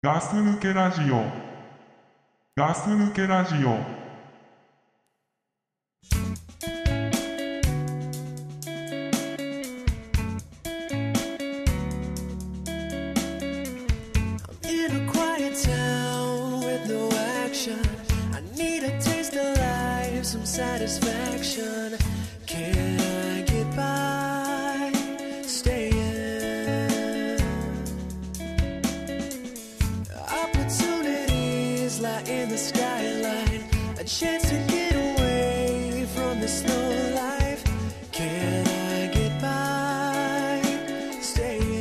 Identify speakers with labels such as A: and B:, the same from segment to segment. A: ガス抜けラジオ。ガス抜けラジオ。
B: I'm in a quiet town with no action. I need a taste of life, some satisfaction. Can I get by staying? Opportunities lie in the skyline. A chance to get away from this slow life. Can I get by staying?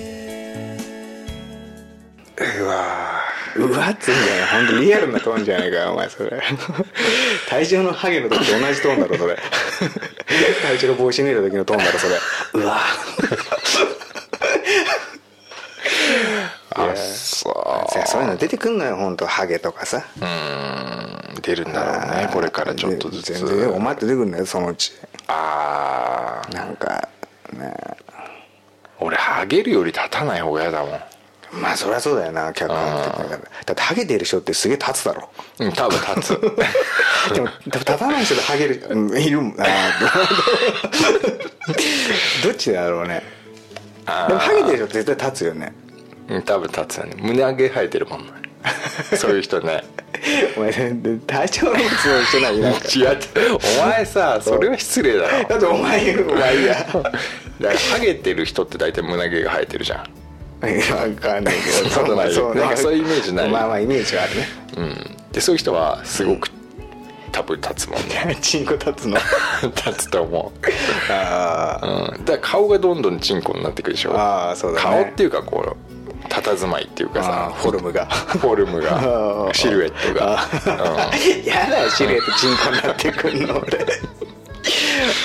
C: うわーうわっつうんじゃない本当リアルなトーンじゃないかよお前そ れ体重のハゲの時と同じトーンだろそれ体重が帽子脱いだ時のトーンだろそれうわ
D: あそう
C: いやそういうの出てくんのよ本当ハゲとかさ
D: うーん出るんだろうねこれからちょっとずつ
C: 全然お前って出てくんのよそのうち
D: ああ
C: なんかね
D: 俺ハゲるより立たない方が嫌だもん
C: まあそりゃそうだよな客観的にだってハゲてる人ってすげえ立つだろ
D: うん多分立つ
C: でも立たない人とハゲるうんいるもんあーど どっちだろうねでもハゲてる人って絶対立つよね
D: うん多分立つよね胸上げ生えてるもん ねそういう人ね
C: お前体調のつもりしてないなんか
D: 違うお前さそれは失礼だろ
C: だってお前言うお前や
D: だからハゲてる人って大体胸毛が生えてるじゃん
C: 分かんないけど
D: そんなことないなんかそういうイメージない
C: まあまあイメージはあるね
D: うんでそういう人はすごく多分立つもん ね
C: チンコ立つの
D: 立つと思う
C: あ
D: うん、だから顔がどんどんチンコになってくるでしょ
C: あーそうだね
D: 顔っていうかこう佇まいっていうか
C: あ
D: さ
C: ーフォルムが
D: フォルム
C: あ
D: が
C: ー
D: シルエットが、
C: ーやだよシルエットチンコになってくんの 俺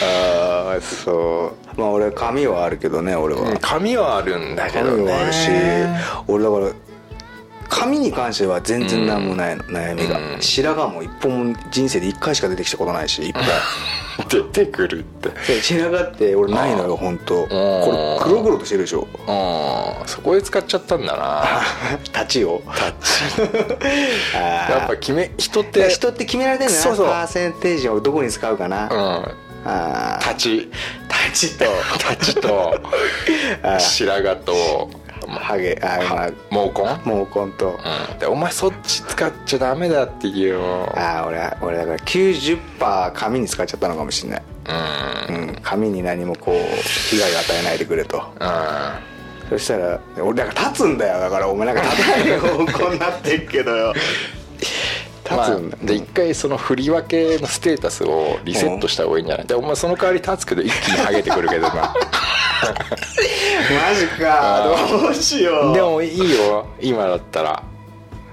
C: ああそうまあ俺髪はあるけどね俺は、
D: うん、髪はあるんだけど
C: 髪
D: ね
C: はあるし俺だから髪に関しては全然何もないの、悩みが、白髪も一本も人生で一回しか出てきたことないし一回
D: 出てくるってうん
C: そう白髪って俺ないのよ本当これ黒々としてるでしょ
D: そこで使っちゃったんだな
C: 立ちを
D: やっぱ決め人っ
C: で
D: て
C: 人って決められてるのよ
D: そうそう
C: パーセンテージをどこに使うかな、
D: うん
C: あー
D: 立ち
C: 立 ちと
D: 立ち と白髪と
C: ハゲあーまあ
D: 毛根、
C: 毛根と、
D: うん、でお前そっち使っちゃダメだって言うよ
C: ああ俺は俺だから90%髪に使っちゃったのかもしれない、
D: うん
C: うん、髪に何もこう被害を与えないでくれと
D: うん
C: そしたら俺だから立つんだよだからお前なんか立たな い方向になってるけどよ立つんだ、
D: まあで一回その振り分けのステータスをリセットした方がいいんじゃない、でお前その代わり立つけど一気にハゲてくるけど な
C: マジかどうしよう
D: でもいいよ今だったら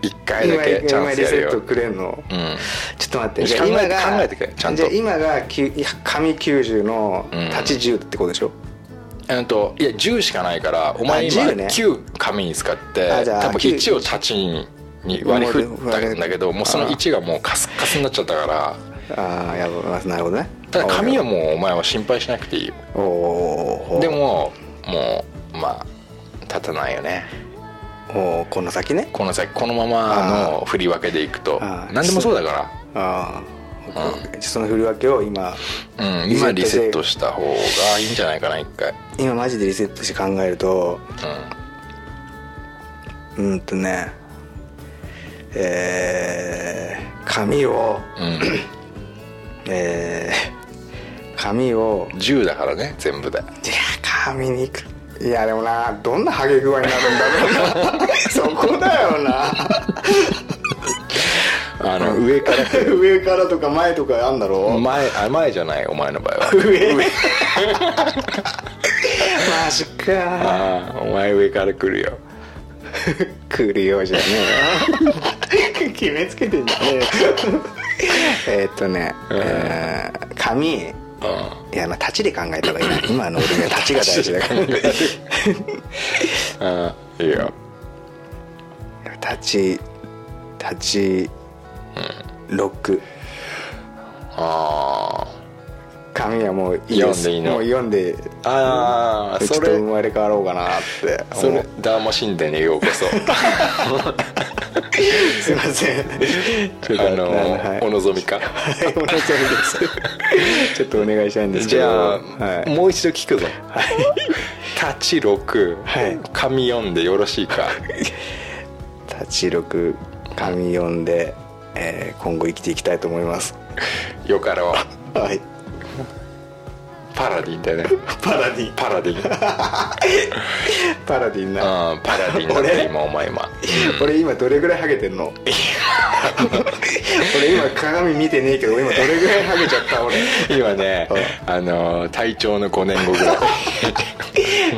D: 一回だけチャンス
C: 今今リ
D: やる
C: セッ
D: よ
C: トくれんの、
D: うん
C: ちょっと待ってじゃあ
D: 考えて
C: 今が
D: 考えてくれちゃんと
C: じゃあ今がきゅいや紙90の
D: ん
C: 立ち10ってことでしょ、
D: えっといや10しかないからお前
C: あ
D: 今
C: 10ね
D: 9紙に使って、
C: あじゃあ
D: 多分
C: 9
D: 1を立ちに割り振ったんだけどもうその1がもうカスカスになっちゃったから
C: ああやばなるほどね
D: ただ紙は
C: お
D: もうお前は心配しなくていいよ
C: ーおー
D: でももうまあ立たないよね
C: おーこの先ね
D: この先このままの振り分けでいくと
C: あー
D: 何でもそうだか
C: ああ、その振り分けを今
D: ら、うん、今
C: リ
D: リ
C: セ
D: セ
C: ッ
D: ッ
C: ト
D: トした方がいいんじゃないかな一回、
C: 今マジでリセットして考えるとうんとねえー、紙を
D: うんうん、
C: えー、紙を
D: 10だからね全部で
C: いや髪にくいやでもなどんなハゲ具合になるんだろうな そこだよな
D: あの上か
C: 上からとか前とかあんだろ
D: ら前あ前じゃないお前の場合 は
C: 上マジか
D: ああお前上から来るよ
C: 来るようじゃねえよ決めつけてんじゃねえよえーっとね、えー髪いやまあ立ちで考えた方がい いな今の俺には立ちが大事だから立
D: ああいいよ
C: ち立ち6
D: あ
C: 髪はもういいです
D: 読んでいいの
C: もう読んで
D: ーあー
C: ちょ
D: そ
C: っと生
D: れ
C: まれ変わろうかなって
D: そ
C: 思
D: れ
C: う
D: ダーマ神殿へようこそ
C: すいません
D: ちょっとあの
C: はい
D: お望みか
C: はい、お願いしたいです。ちょっとお願いしたいんですけ
D: じ
C: ど。
D: ゃあ、
C: はい、
D: もう一度聞くぞ「立ち6」
C: はい
D: 紙読んでよろしいか
C: 立ち録、紙読んで、えー今後生きていきたいと思います。
D: よかろう
C: はい、
D: パラディンだよね
C: パラディン、
D: パラディン
C: パラディンな。
D: あーパラディンだね
C: 俺
D: 今お前今
C: 俺今どれぐらいハゲてんの俺今鏡見てねえけど今どれぐらいハゲちゃった俺
D: 今ねあのー体調の5年後ぐらい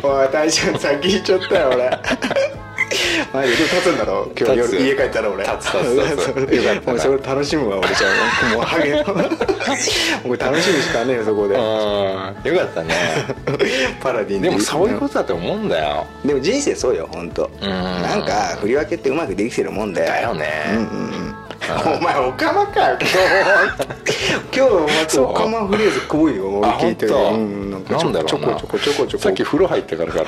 C: おい大将先行っちゃったよ俺 マジで立つんだろ今日
D: 立
C: 夜
D: つ
C: 家帰ったら俺
D: 立つ立つ立つ
C: よかったなもうそれ楽しむわ俺じゃあもうハゲ のもう楽しみしかねえよそこで
D: うんよかっ たね
C: パラディン
D: でもそういうことだと思うんだよ
C: とでも人生そうよ本当
D: うん
C: なんか振り分けってうまくできてるもんで
D: だよね
C: うんうんうんお前オカマかよ 今日今日お前
D: そう
C: オカマフレーズ多いよ俺
D: あ
C: 聞い
D: 本
C: て
D: 当
C: るよ。
D: な
C: かちょ
D: んだろうな
C: ちょこちょこちょこちょこ
D: さっき風呂入ってからか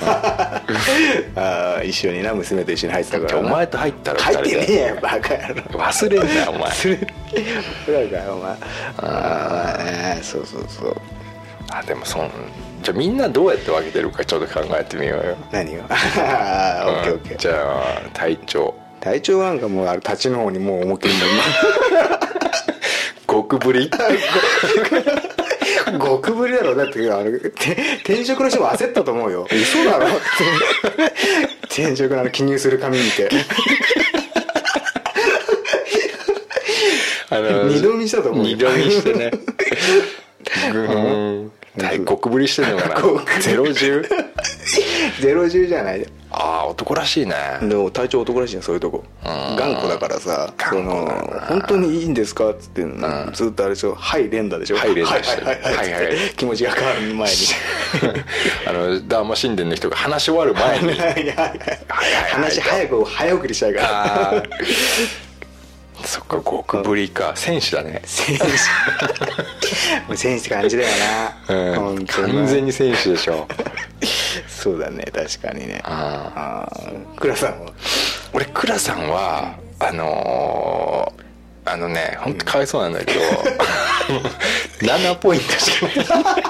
D: な
C: あー一緒にな娘と一緒に入ってた から
D: お
C: な
D: 前と入ったら
C: 入ってね
D: で
C: えよバカ野郎
D: 忘れんなよお前
C: それぐらいだよお前ああねそうそうそう
D: あでもそんじゃあみんなどうやって分けてるかちょっと考えてみようよ
C: 何よあーオッケーオッケ
D: うん
C: ー
D: じゃあ体調
C: 体調なんかもうあれ立ちの方にもう思いっきりもう
D: 極 ぶり
C: 今極ぶりだろだってあのて転職の人も焦ったと思うよ嘘だろって転職のあの記入する紙見て
D: あの
C: 二度見したと思うよ
D: 二度見してねうん大極ぶりしてんのかな
C: 極
D: ゼロ十
C: ゼロ十じゃない
D: ああ男らしいね
C: でも体調男らしいなそういうとこ頑固だからさその本当にいいんですかっつってずっとあれでしょ「はい連打」でしょ「
D: はい連打してる
C: はいはいはいはい
D: は
C: っ
D: いは
C: つって気持ちが変わ る前に
D: あのダーマ神殿の人が話し終わる前に
C: はいはいはい話早く早送りしたいから
D: あーそっか極ぶりか戦士だね
C: 選手もう選手って感じだよな
D: う
C: 本
D: ん
C: 当に
D: 完全に戦士でしょ
C: そうだね確かにね
D: あ
C: ああ倉さんは
D: 俺クラさんはあのーあのね本当かわいそうなん だけど7ポイントしかない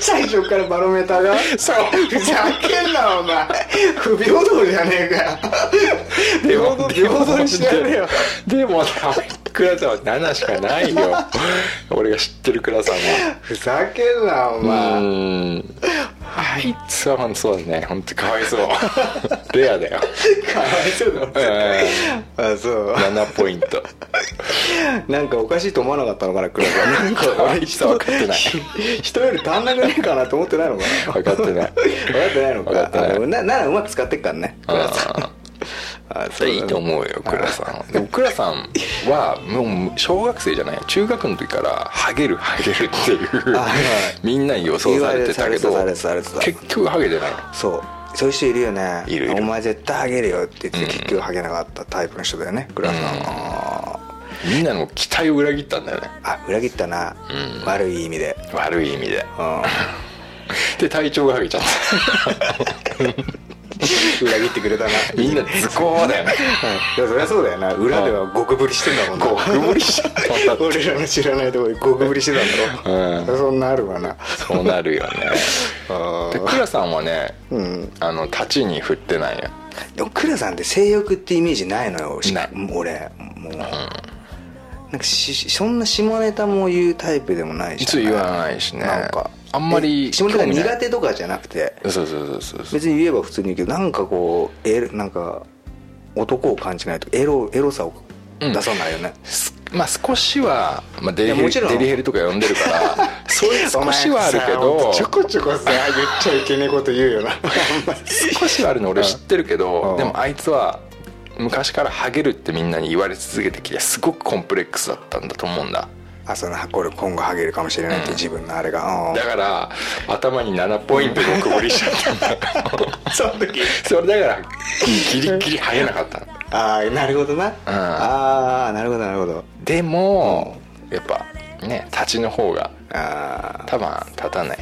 C: 最初からバロメーターが
D: そう
C: ふざけんなお前不平等じゃねえかよ平等平等にしやれよ
D: でもねクラさんは7しかないよ俺が知ってるクラさんは
C: ふざけんなお
D: う
C: 前
D: ーんあいつはほんとそうだね本当かわいそうレアだよ、
C: かわいそうだ
D: う
C: 俺
D: ん、
C: あそう
D: 7ポイント
C: なんかおかしいと思わなかったのかな倉さん なんか
D: 俺一緒分かってない
C: 人より足んなくねえかなと思ってないのかな
D: 分かってない
C: 分かってないのか
D: 分かってない
C: あでもなならうまく使ってっからね倉さん
D: あ
C: あそ
D: ーいいと
C: う
D: 思うよクラさんでもクラさんはもう小学生じゃない中学の時からハゲるハゲるっていう
C: あはい
D: みんなに予想されてたけど
C: 言われてたされてたされてた
D: 結局ハゲてないの
C: そうそういう人いるよね
D: いるい
C: お
D: る
C: 前絶対ハゲるよって言って結局ハゲなかったタイプの人だよね倉さんは
D: みんなの期待を裏切ったんだよね
C: あ裏切ったな
D: うん
C: 悪い意味で
D: 悪い意味で
C: うん
D: で体調がハゲちゃっ
C: 裏切ってくれ たな
D: たみんな図工だよ ね
C: いやそりゃそうだよな裏では極ぶりしてんだもんな
D: こうふむりしちゃった
C: 俺らの知らないところで極ぶりしてたんだろ、
D: う
C: そんなあるわな
D: そうなるよね
C: あ
D: でクラさんはね、
C: ん
D: あの立ちに振ってないよ
C: でも倉さんって性欲ってイメージないのよし
D: ない
C: 俺もう、なんかしそんな下ネタも言うタイプでもないし
D: 実は言わないしね
C: なんか
D: あんまり
C: え下ネタが
D: 興味ない
C: 苦手とかじゃなくて
D: そうそうそうそうそう
C: 別に言えば普通に言うけどなんかこうエロなんか男を感じないとかエロエロさを出さないよね、
D: すまあ少しは、まあ、デリ
C: いや
D: ヘ
C: も
D: ル
C: ちろん
D: デリヘルとか呼んでるから そういう
C: お
D: 少
C: 前
D: しはあるけ
C: さほん
D: ど
C: とちょこちょこさ言っちゃいけねえこと言う よな
D: 少しはあるの俺知ってるけ
C: うん
D: どでもあいつは昔からハゲるってみんなに言われ続けてきてすごくコンプレックスだったんだと思うんだ
C: あそのこれ今後ハゲるかもしれないって自分のあれが、うん
D: だから頭に7ポイント6ぶりしちゃった んだ
C: その時
D: それだからギリギリハゲなかったの
C: ああなるほどな、ああなるほどなるほど
D: でもやっぱね立ちの方が
C: あ
D: 多分立たない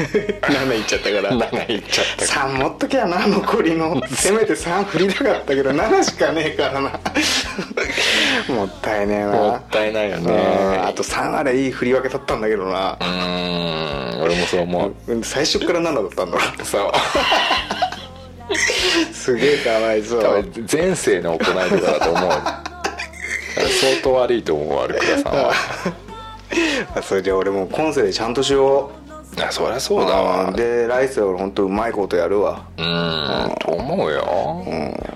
C: 7いっちゃったから
D: 7いっちゃった
C: 3持っときゃな残りのせめて3振りたかったけど7しかねえからなもったいねえな
D: もったいないよね
C: うんあと3あれいい振り分けだったんだけどな、
D: うーん俺もそう思う
C: うん最初から7だったんだ
D: そう
C: すげえかわいそ
D: 多
C: う
D: 分前世の行いとかだと思うだから相当悪いと思う悪倉さんは
C: あそれじゃあ俺もう今世でちゃんとしよう
D: あそりゃそうだわ
C: んで来世俺本当うまいことやるわ
D: うんと思うよ、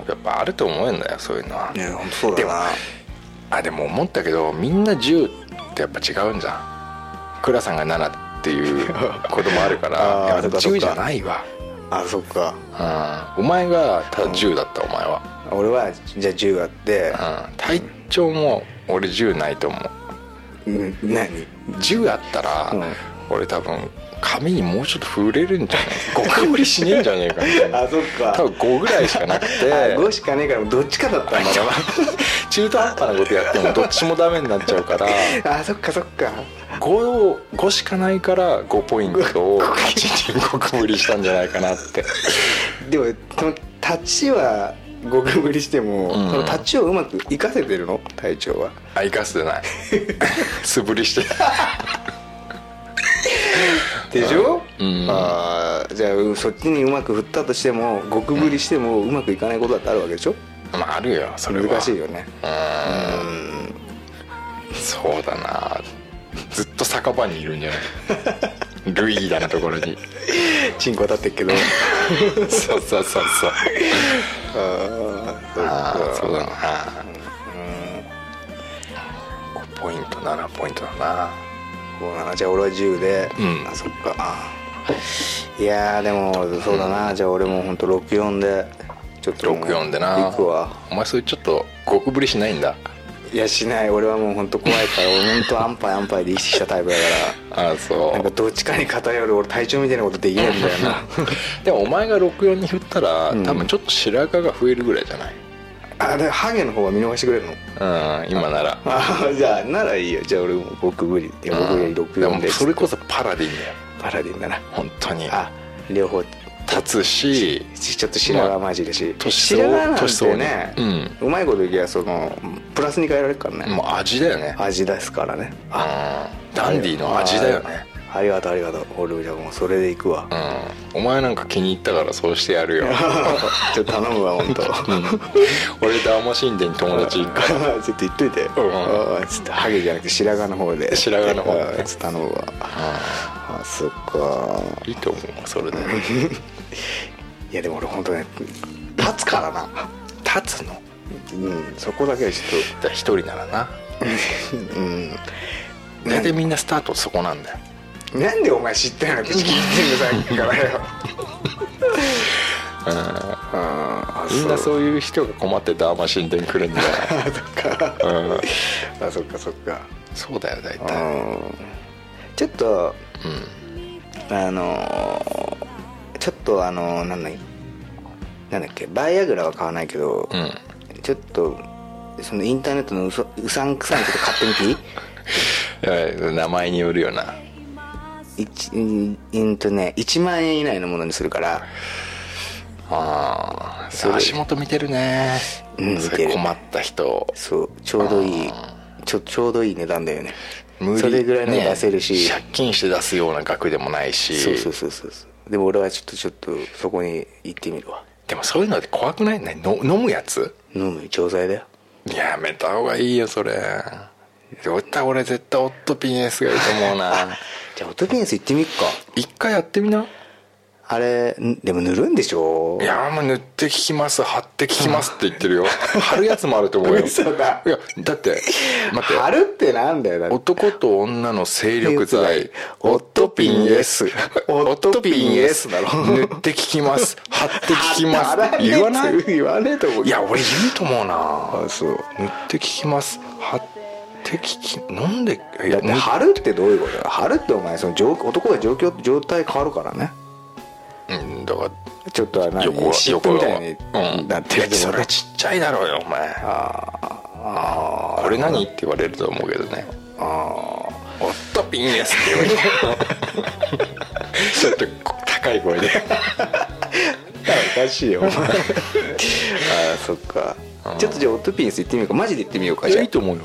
D: やっぱあると思うんだよそういうのは、
C: ね本当そうだ
D: で
C: よ
D: も
C: な
D: あでも思ったけどみんな10ってやっぱ違うんじゃん倉さんが7っていうこともあるか
C: あー
D: らいや
C: そっかそっか
D: 10じゃないわ
C: あそっか
D: うんお前がただ10だったお前は、
C: 俺はじゃあ10あって
D: うん、体調も俺10ないと思う
C: うん何
D: 10あったら、
C: うん
D: 俺多分髪にもうちょっと触れる んじゃない5かぶりしねえんじゃねえかみたいな
C: あそっか
D: 多分5ぐらいしかなくて
C: あ5しかねえからどっちかだったんだな
D: 中途半端なことやってもどっちもダメになっちゃうから
C: あそっかそっか
D: 5, 5しかないから5ポイントを8人5かぶりしたんじゃないかなって
C: でもそのタッチはごくぶりしても、
D: ん
C: そのタッチをうまく活かせてるの隊長は
D: あ生かせ てない素振りして
C: でしょ、
D: うん
C: あーじゃあうんそっちにうまく振ったとしてもごくぶりしてもうまくいかないことだってあるわけでしょ
D: まああるよそれは
C: 難しいよね
D: そうだなずっと酒場にいるんじ ゃないルイーダのところに
C: チンコは立 ってるけど
D: そうそうそうそう
C: あーそっ
D: あ
C: か
D: あそうだな5ポイント7ポイントだな
C: こうだなじゃあ俺は10で、
D: うん
C: あそっかあーいやーでもそうだな、じゃあ俺も本当64でちょっともう
D: 64でな
C: 行くわ
D: お前それちょっと極ぶりしないんだ
C: いやしない俺はもう本当怖いから俺本当安牌安牌で意識したタイプだか
D: ああそ
C: らなんかどっちかに偏る俺体調みたいなことできないんだよな
D: でもお前が64に振ったら、
C: ん
D: 多分ちょっと白髪が増えるぐらいじゃない
C: あでハゲの方は見逃してくれるの
D: うん今なら
C: あじゃあならいいよじゃあ俺も僕無理いや僕より
D: で
C: 64
D: も
C: で
D: それこそパラディンだよ
C: パラディンだな
D: 本当に
C: あ両方
D: 立つし
C: ちちょっと白髪混じるし、
D: 年相
C: 白髪なん
D: 年相
C: て
D: ね
C: ね、
D: う
C: うまいこといけばそのプラスに変えられるからね、
D: もう味だよね
C: 味ですからね
D: うんダンディの味だよね
C: ありがとうありがとう俺じゃあもうそれでいくわ、
D: うんお前なんか気に入ったからそうしてやるよ
C: ちょっと頼むわ本当。
D: 俺ダーマ神殿に友達行く から
C: あーちょっと言っといて、
D: ん
C: あーちょっとハゲじゃなくて白髪の方で
D: 白髪の方
C: あーちょっと頼むわあそっか
D: いいと思うそれで
C: いやでも俺本当ね立つからな
D: 立つの
C: うんそこだけはちょっ
D: だから一人ならな
C: とうん
D: 大体みんなスタートそこなんだよ
C: なんでお前知ったような口聞いてんのさっきから よあ
D: みんな
C: う
D: そういう人が困ってダーマ神殿来るんだよ、
C: あそっか
D: うん、
C: あそっかそっか
D: そうだよ大
C: う
D: 体
C: んちょっと
D: うん
C: あのーちょっとあのーなんだいなんだっけバイアグラは買わないけど、
D: うん
C: ちょっとそのインターネットのうそうさんくさいこと買ってみていい
D: いや名前によるよな
C: 一うんうんとね1万円以内のものにするから
D: あ
C: それ
D: あ足元見てるね、
C: うん見てる
D: それ困った人
C: そうちょうどいいちょちょうどいい値段だよね
D: 無理
C: それぐらいの出せるし、
D: ね借金して出すような額でもないし
C: そうそうそうそうそうでも俺はちょっとちょっとそこに行ってみるわ
D: でもそういうのって怖くないねの飲むやつ
C: 飲む錠剤だよ
D: やめた方がいいよそれ絶対俺絶対オットピン S がいいと思うな
C: じゃあオトピンス行ってみっか
D: 一回やってみな
C: あれんでも塗るんでしょ
D: いやもう塗って聞きます貼って聞きますって言 ってるよ貼るやつもあると思うよ
C: 嘘だ
D: いやだって待って
C: 春ってなんだよだって
D: 男と女の精力剤
C: オットピン S
D: オットピン S だ
C: だ
D: ろ
C: ろ
D: 塗って聞きます貼って聞き ま
C: あら
D: す
C: ねえ
D: 言わないい
C: 言わねえと思うい
D: や俺言うと思うな
C: あそう
D: 塗って聞きます貼って聞き飲んでい
C: だ
D: や
C: って
D: 塗っ
C: 春ってどういうことだ春ってお前その状男が状況状態変わるからね
D: うんだから
C: ちょっとは何
D: 横が
C: シップ
D: 横
C: み
D: が
C: たいに
D: うん
C: なってる
D: いやそれちっちゃいだろうよお前これ何って言われると思うけどね
C: ああ
D: 「オットピンです」って言われてちょっと高い声で
C: おかしいよ あーそっかちょっとじゃあオットピンス行ってみようかマジで行ってみようかじゃあ
D: と思うよ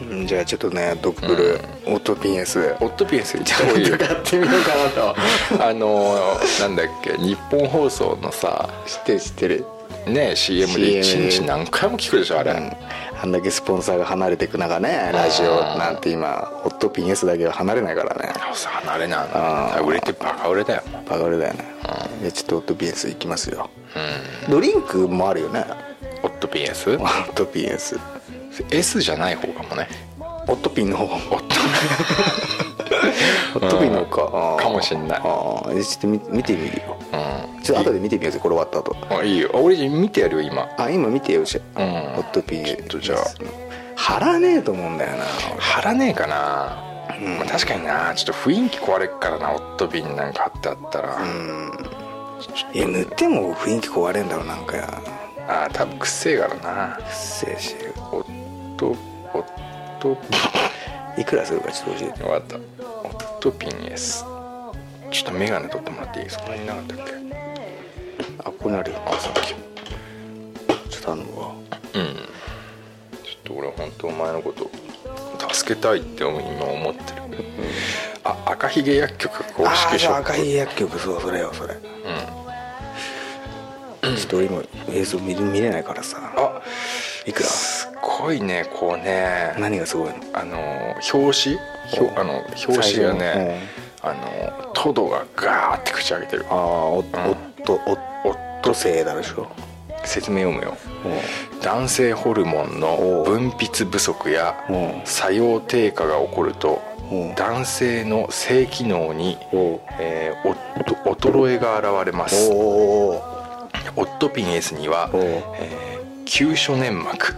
C: うんじゃあちょっとねドッグル、オットピンス
D: オットピンス行っ
C: ち
D: た
C: ょっ
D: 方がいい
C: と
D: よ
C: 買ってみようかな と
D: あのーなんだっけ日本放送のさ
C: 知ってる知ってる
D: ね CM で
C: CM で
D: 1日何回も聞くでしょあれ、
C: うん、あんだけスポンサーが離れていく中ねラジオなんて今ホットピン S だけは離れないからね
D: さ離れない
C: あ
D: な
C: ー
D: 売れてバカ売れだよもう
C: バカ売れだよねいやちょっとホットピン S 行きますよ、ドリンクもあるよね
D: オットピン
C: ホ
D: S?S
C: ットピン S
D: じゃない方かもね
C: ホットピンの方 ホットピンの方か、
D: うんかもしんない
C: あーえちょっと見見てみるよ
D: うん
C: ちょっと後で見てみようぜこれ終わった後
D: あいいよあ俺見てやるよ今
C: あ今見てよじゃあ、
D: うん
C: ホットピン
D: ちょっとじゃあ
C: 腹ねえと思うんだよな
D: 貼らねえかな、まあ確かになちょっと雰囲気壊れっからなオットピンなんか貼ってあったら、
C: いや塗っても雰囲気壊れんだろなんかや
D: ああ多分くっせえから
C: く
D: な
C: っせえし
D: オットオット
C: いくらするかちょっと教えて
D: 分かったオットピン S ちょっと眼鏡取ってもらっていいですかこになかったっけ
C: あここにあるよ
D: あさっき
C: ちょっと頼むわ
D: ちょっと俺本当お前のこと助けたいって今思ってる、あ赤ひげ薬局公
C: あ
D: 式
C: ー
D: シ
C: そ
D: ョ
C: う
D: ップ
C: 赤い薬局そうそれよそれうんちょっと俺今映像見れ見れないからさ
D: あ
C: いくら
D: すごいねこうね
C: 何がすごいの
D: あの表紙
C: うん
D: 表あの表紙がね
C: 最、
D: あのトドがガーって口開けてる
C: ああお,、とおと性だでしょ
D: 説明読むよ
C: う
D: 男性ホルモン
C: お
D: の
C: う
D: 分泌不足や
C: うん
D: 作用低下が起こると
C: うん
D: 男性の性機能に、
C: おう
D: えーお衰えが現れます
C: おおお
D: オットピン S には
C: おう、
D: えー急所粘膜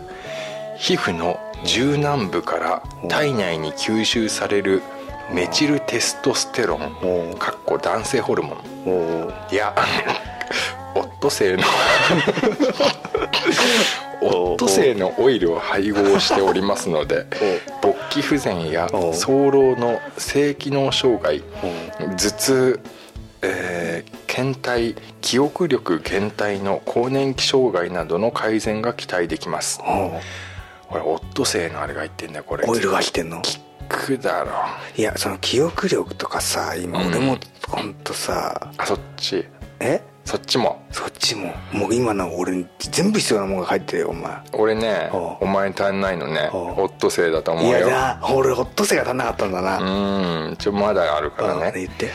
D: 皮膚の柔軟部から体内に吸収されるメチルテストステロ
C: おう
D: ンかっこ男性ホルモン
C: おお
D: や オットセイのオットセイのオイルを配合しておりますので勃起不全や
C: おう
D: 早漏の性機能障害頭痛、えー倦怠記憶力減退の更年期障害などの改善が期待できますこれオットセイのあれが言ってんだよこれ
C: オイルが入ってんの
D: 効くだろ
C: いやその記憶力とかさ今俺もほんとさ、
D: あそっち
C: え
D: そっちも
C: そっちももう今の俺に全部必要なものが入ってるよお前
D: 俺ね
C: おう
D: お前足んないのね
C: おう
D: オットセイだと思う
C: いや
D: よ
C: な俺ホット性が足んなかったんだな、
D: うーんちょまだあるから
C: うん
D: ね
C: 言って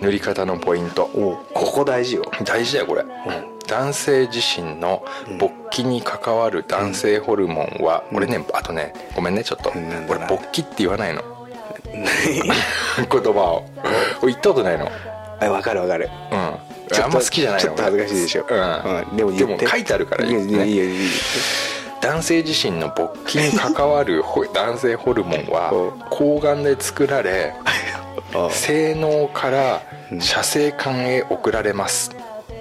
D: 塗り方のポイント
C: ここ大事よ
D: 大事だよこれ、男性自身の勃起に関わる男性ホルモンは、俺ねあとねごめんねちょっと、
C: うんなんだ
D: 俺
C: なんだ
D: 勃起って言わないの言葉を俺 言ったことないのうん
C: あ分かる分かるちょっと
D: あんま好きじゃない
C: ち
D: の
C: ょっと恥ずかしいでしょ
D: うん
C: うんでも言って
D: 書いてあるから
C: いやいや
D: ね
C: いやいや
D: 男性自身の勃起に関わるほ 男性ホルモン
C: お
D: は睾丸で作られ
C: お
D: 性能から射精管へ送られます、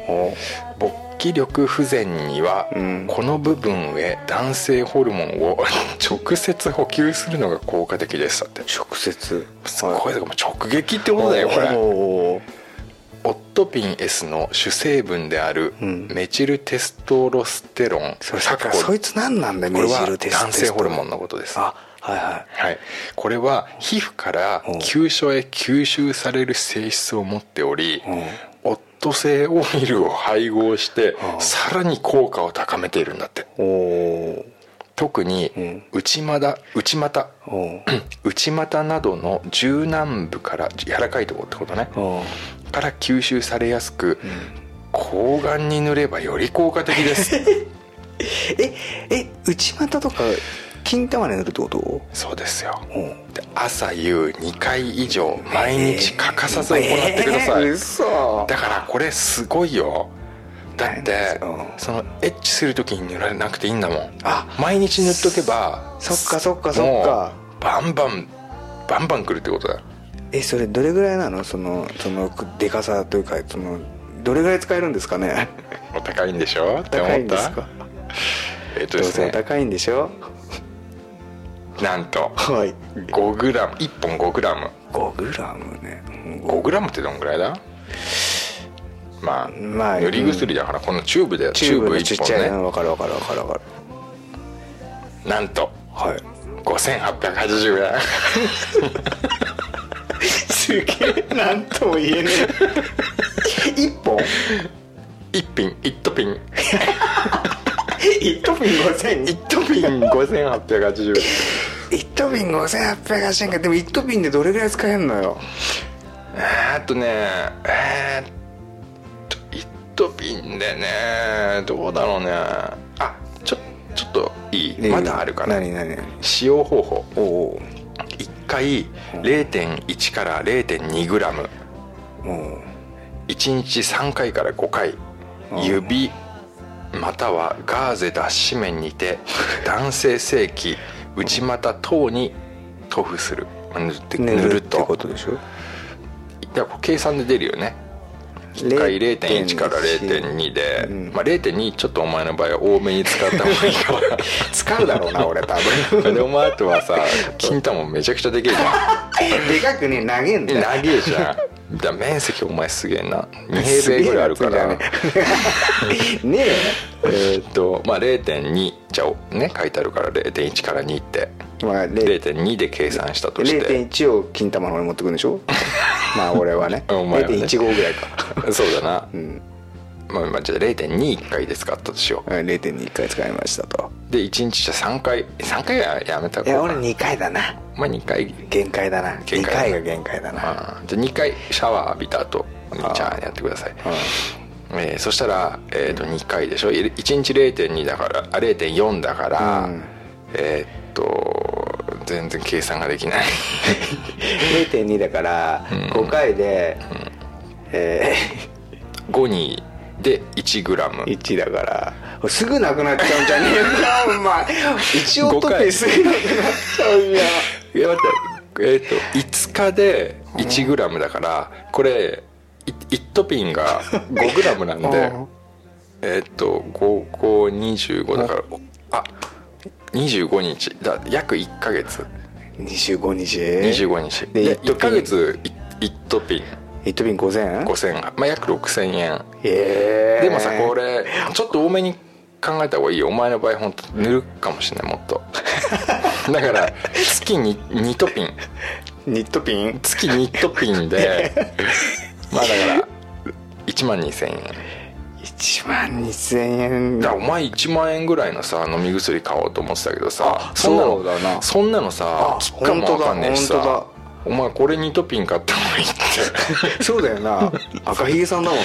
C: お
D: 勃起力不全には、
C: うん
D: この部分へ男性ホルモンを 直接補給するのが効果的ですだって
C: 直接
D: すごいだからもう直撃ってことだよこ
C: お
D: れ
C: お
D: オットピン S の主成分である
C: ん
D: メチルテストロステロン
C: それ
D: か
C: さ
D: っこ
C: そいつ何なんだよ
D: これ
C: メ
D: は
C: ジルテス
D: 男性ホルモン
C: の
D: のことです
C: あはいはい
D: はい、これは皮膚から
C: うん
D: 急所へ吸収される性質を持っており
C: うん
D: オットセイオイルを配合して
C: うん
D: さらに効果を高めているんだって
C: おお
D: 特に
C: ん
D: 内股内股
C: お
D: 内股などの柔軟部から柔らかいところってことね
C: お
D: から吸収されやすく睾丸に塗ればより効果的です
C: ええ内股とか金玉に塗るってこと
D: そうですよ
C: うん
D: で朝夕2回以上毎日欠かさず行ってください、
C: えー嘘
D: だからこれすごいよだって
C: うん
D: そのエッチする時に塗られなくていいんだもん
C: あ
D: 毎日塗っとけば
C: そっかそっかそっか
D: もうバンバンバンバンくるってことだよ
C: えそれどれぐらいなのそのそのでかさというかそのどれぐらい使えるんですかね
D: お高いんでしょって
C: 高い
D: 思っ
C: んです
D: た
C: か
D: えっ
C: ど
D: と
C: う
D: です
C: せお
D: ね
C: 高いんでしょ
D: なんと
C: はい
D: 5g 1本 5g
C: 5グラムねうんご
D: 5g ってどんぐらいだまあ、
C: まあ
D: 塗り薬だからこのチューブで
C: チューブの
D: 一
C: ちっちゃい
D: 本
C: の分かる分かる分かる分かる
D: ねなんと
C: はい
D: 5880円
C: すげえなんとも言えねえ 一本
D: 一品一トピン
C: 一トピン5000
D: 一トピン5880円
C: 一トピン5880円かでも一トピンでどれぐらい使えんのよ
D: えーっとねえーっと一トピンでねどうだろうねあちょちょっといいまだあるかな
C: 何何何
D: 使用方法
C: おお
D: 1回0.1から0.2グラム
C: おお
D: 1日3回から5回指またはガーゼ脱脂面 にて男性性器内股等に塗布する塗って塗
C: 塗るっ
D: る
C: て
D: と
C: ことでしょ
D: いやこれ計算で出るよね1回0.1から0.2で、
C: うん
D: まあ、0.2ちょっとお前の場合は多めに使った方がい いから
C: 使うだろう な俺多分
D: でお前あとはさ金玉めちゃくちゃできるじゃ
C: でかくね投げん
D: ん
C: だよ
D: 長えじゃんだから面積お前すげえな2平米ぐらいあるから
C: ねね
D: えーっとまあ0.2じゃあね書いてあるから0.1から2って
C: えまあ0.1
D: 0.2で計算したとして
C: 0.1を金玉の方に持ってくんでしょまあ俺は ね
D: お前はね
C: 0.15ぐらいか
D: そうだな、
C: うん
D: まあ、まあじゃあ0.21回で使ったとしよう
C: 0.2回使いましたと
D: で1日じゃ3回3回はやめた
C: い
D: 方
C: や
D: が
C: 俺2回だな
D: まあ2回
C: 限界だな
D: 限
C: 2
D: 界だな
C: 回が限界だな
D: あーじゃあ2回シャワー浴びた後お兄ちゃんやってください、えーそしたら、えー、と2回でしょ1日0.2だからあ0.4だから、
C: うん
D: えーっと全然計算ができない
C: 0.2だから5回で、え
D: 5にで1グラ
C: ー、
D: ム
C: 1だからすぐなくなっちゃうんじゃねえかお前一応取ってすぐなくなっちゃうじゃん
D: いや待ってえっ、と5日で 1g だからこれい1トピンが 5g なん で
C: うん
D: えっと5 5 25だからおあ25日だ約1ヶ月
C: 25日
D: 25日
C: で
D: で
C: 一
D: 1ヶ月1トピン
C: 1トピン5000
D: 5000がまあ約6000円
C: ええ
D: でもさこれちょっと多めに考えた方がいいよお前の場合本当塗るかもしれないもっ とだから月に2トピン
C: ニットピン
D: 月ニットピンでまあだから1万2000円だか
C: 1万2000円
D: らお前1万円ぐらいのさ飲み薬買おうと思ってたけどさ
C: あ
D: そんなの
C: そうだな
D: そんなのさ
C: あ
D: 効くかもわかんねえし
C: 本当だ
D: さ
C: 本
D: お前これニトピン買った方がいいって
C: そうだよな赤ひげさんだもん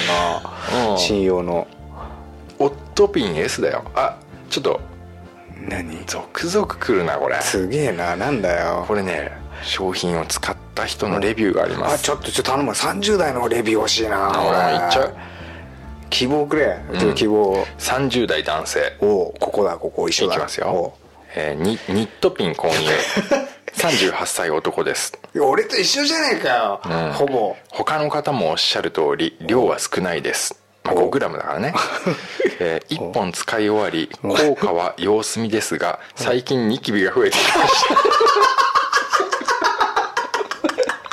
C: な、
D: うん
C: 信用の
D: オットピン S だよあちょっと
C: 何
D: 続々来るなこれ
C: すげえななんだよ
D: これね商品を使った人のレビューがあります
C: あちょっとちょっと頼む30代のレビュー欲しいな
D: あ
C: 俺
D: いっちゃう
C: 希望くれ、ちょっと希望
D: 30代男性
C: をここだここ一緒
D: い
C: だ
D: きます
C: お
D: よ、えーにニットピン 購入38歳男です
C: う俺と一緒じゃねえかよ、ほぼ
D: 他の方もおっしゃる通り量は少ないです、まあ、5グラムだから ね、えー1本使い終わり効果は様子見ですが最近ニキビが増えてきま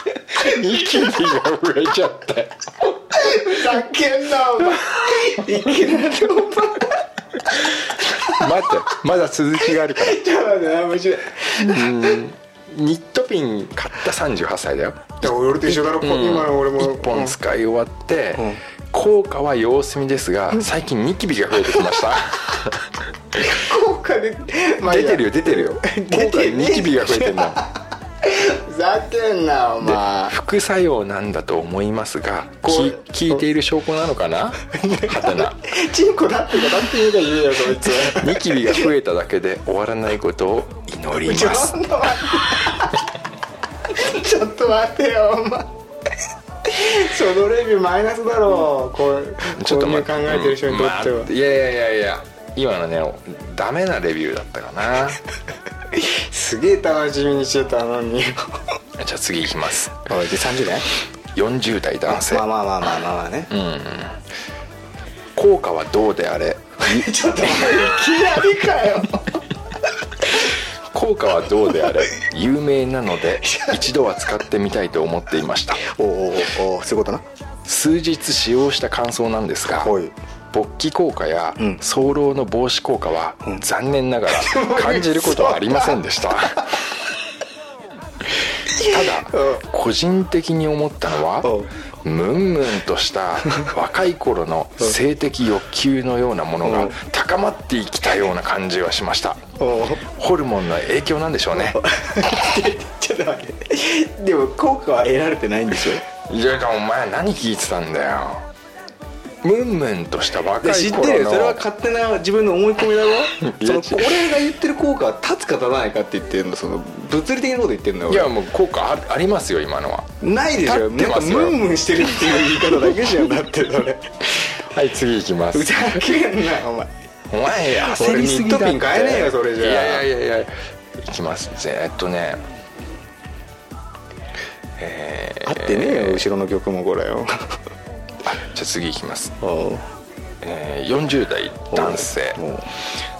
D: した ニキビが増えちゃって
C: ふざけんなお前いきなりお前
D: 待ってまだ続きがあるから
C: ちょっと待って面白い
D: ニットピン買った38歳だよ
C: でも俺と一緒だろ、今の俺も
D: 1
C: う
D: 本
C: ん
D: 使い終わって、効果は様子見ですが最近ニキビが増えてきました
C: 効果で、 まあいい
D: 出
C: や
D: てるよ出てるよ
C: 出
D: 効果
C: てる
D: ニキビが増えて るの
C: ふざけんなお前
D: 副作用なんだと思いますがき
C: こう
D: 聞いている証拠なのか なはたな
C: チンコだってかだって言うか言えよそいつ
D: ニキビが増えただけで終わらないことを祈りま
C: ちょっ
D: す
C: と待ってちょっと待ってよお前そのレビューマイナスだろうこう
D: ちょっと
C: こうい
D: 待
C: う考えてる人にとっては、
D: うんまあいやいやいやいや今のねダメなレビューだったかな
C: すげえ楽しみにしてたのに
D: じゃあ次いきます
C: おいで30代
D: 40代男性
C: まあまあまあまあまあまあね、
D: 効果は どうであれ
C: ちょっと待っていきなりかよ
D: 効効果はどうであれ有名なので一度は使ってみたいと思っていました
C: おうおうおうおうそういうことな
D: 数日使用した感想なんですが
C: はい
D: 勃起効果や
C: ん
D: 早漏の防止効果は残念ながら感じることはありませんでしたただ個人的に思ったのはムンムンとした若い頃の性的欲求のようなものが高まってきたような感じはしました
C: おう
D: ホルモンの影響なんでしょうね
C: ちょっと待ってでも効果は得られてないんで しょ
D: いやお前何聞いてたんだよムンムンとした若
C: で
D: い
C: 知ってる
D: 頃
C: よそれは
D: の
C: 勝手な自分の思い込みだ
D: いや
C: ろその
D: 違う
C: 俺が言ってる効果は立つか立たないかって言ってるのその物理的なこと言ってるの
D: い
C: よ
D: やもう効果あありますよ今のは
C: 俺ないでしょ
D: 立
C: な
D: って
C: んか
D: ますよ
C: ムンムンしてるっていう言い方だけじゃんだ ってそれ
D: はい次いきま
C: ふ
D: す
C: ざけんなお前
D: お前焦りすぎだって
C: 俺ニットピン買えねえよそれじゃあ
D: いやいやいやいやいきますぜえっとね
C: 合ってねえよ後ろの曲もこれよ
D: あじゃあ次いきます、
C: お う
D: えー40代男性
C: おう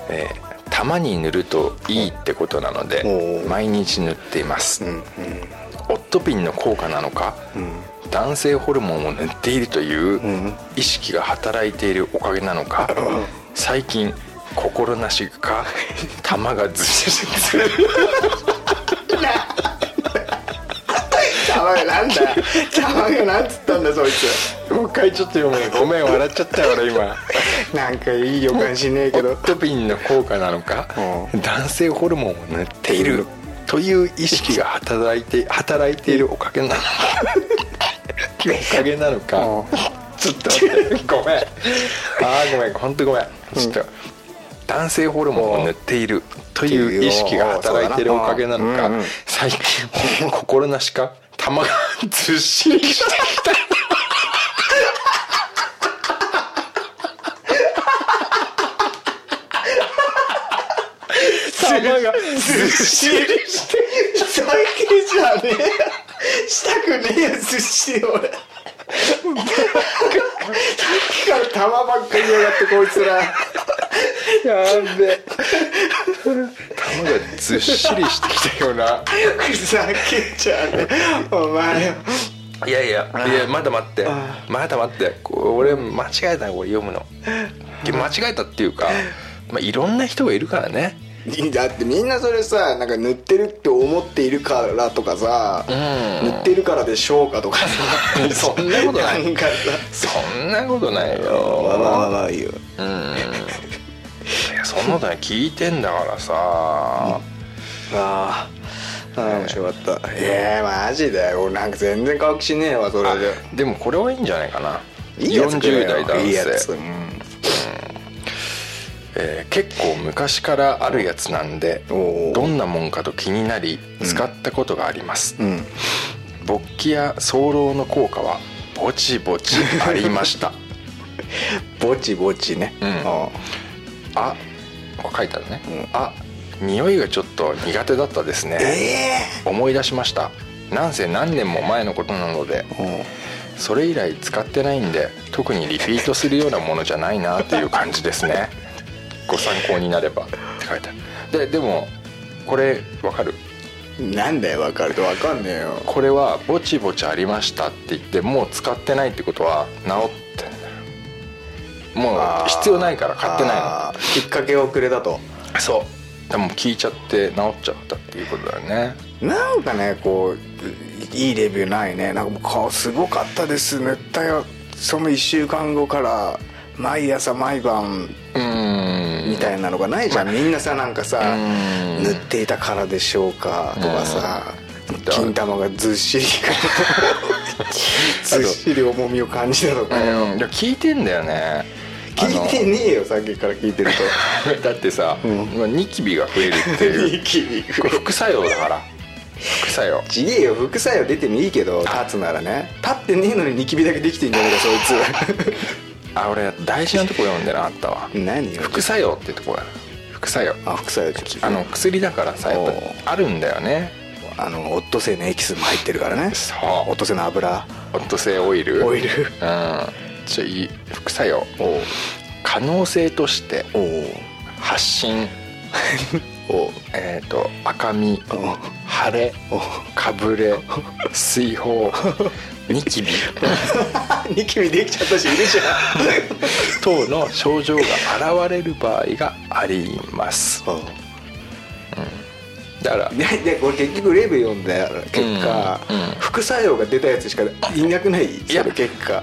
D: えーたまに塗るといいってことなので
C: お
D: 毎日塗っています、
C: うんうん
D: オットピンの効果なのか、男性ホルモンを塗っているという意識が働いているおかげなのか、最近心なしか 玉がずしずしずし
C: たまがなんだたまがなんつったんだそいつ
D: もう一回ちょっと読めよごめん笑っちゃったよ俺今
C: なんかいい予感しねえ
D: オ
C: けど
D: ットピンの効果なのか
C: う
D: 男性ホルモンを塗っているという意識が働いて働いているおかげなのかおかげなのかちょっと待ってごめんあーごめん本当ごめんちょっと、男性ホルモンを塗っているという意識が働いているおかげなのか、
C: うんうん
D: 最近心なしか玉がずっしりしてきた玉がずっしり
C: してふざけじゃねえしたくねえよ寿司俺さっきから玉ばっかりやがってこいつら やべえ
D: 玉がずっしりしてきたような
C: ふざけちゃねえお前
D: いやいやいやまだ待ってまだ待ってこ俺間違えたこれ読むので間違えたっていうか、まあ、いろんな人がいるからね
C: だってみんなそれさなんか塗ってるって思っているからとかさ、
D: ん
C: 塗ってるからでしょうかと かさ
D: そんなことない
C: んかさ
D: そんなことないよ
C: まあまあまあまあいいよ
D: いやそんなことない聞いてんだからさ
C: ああ面白かったええマジで俺なんか全然乾きしねえわそれで
D: でもこれはいいんじゃないかない
C: いやつくれ
D: 40
C: よ
D: 代男性
C: いいやつ、うん、
D: えー結構昔からあるやつなんで
C: おー
D: どんなもんかと気になり使ったことがあります、
C: ん
D: 勃起や早漏の効果はぼちぼちありました
C: ぼちぼちね、
D: うん
C: あ
D: あこれ書いてあるね、あ匂いがちょっと苦手だったです
C: あ
D: ね
C: え
D: 思い出しましたなんせ何年も前のことなので
C: えうん
D: それ以来使ってないんで特にリピートするようなものじゃないなっていう感じです ねご参考になればって書いてあるででもこれわかる
C: なんだよ分かると分かんねえよ
D: これはぼちぼちありましたって言ってもう使ってないってことは治ってんだよも
C: あ
D: う
C: ー
D: 必要ないから買ってな
C: あーきっかけをくれたと
D: いのそうでも聞いちゃって治っちゃったっていうことだよね
C: なんかねこういいレビューないねなんかもう顔すごかったです塗ったよその1週間後から毎朝毎晩
D: うーん
C: みたいなのがないじゃん、みんなさなんかさ
D: うん
C: 塗っていたからでしょうかとかさ
D: だ
C: 金玉がずっしり ずっしり重みを感じたとか
D: うんいや聞いてんだよね
C: 聞いてねえよさっきから聞いてる
D: あのだ ってさ、まあニキビが増えるって
C: と
D: いう
C: ニキビ
D: これ副作用だから副作用
C: ちげえよ副作用出てもいいけど立つならね立ってねえのにニキビだけできてんじゃねえかそい
D: あ俺大事なとこ読んでなかったわ
C: つ何よ
D: 副作用ってとこだ副作用
C: あ副作用ちょっと
D: あの薬だからさや
C: お
D: っ
C: う
D: ぱあるんだよね
C: あのオットセイのエキスも入ってるからね
D: そう
C: オットセイの油
D: オットセイオイル
C: オイル
D: うんちょいい副作用可能性として
C: おお
D: 発疹
C: お
D: えー、と赤身腫れ
C: お
D: かぶれ水 泡ニキビ
C: ニキビできちゃったしいる じ
D: 等の症状が現れる場合があります
C: ゃん
D: だから
C: ででこれ結局レビュー読んだ結果、
D: うんうん
C: 副作用が出たやつしかいなくない
D: や
C: その結果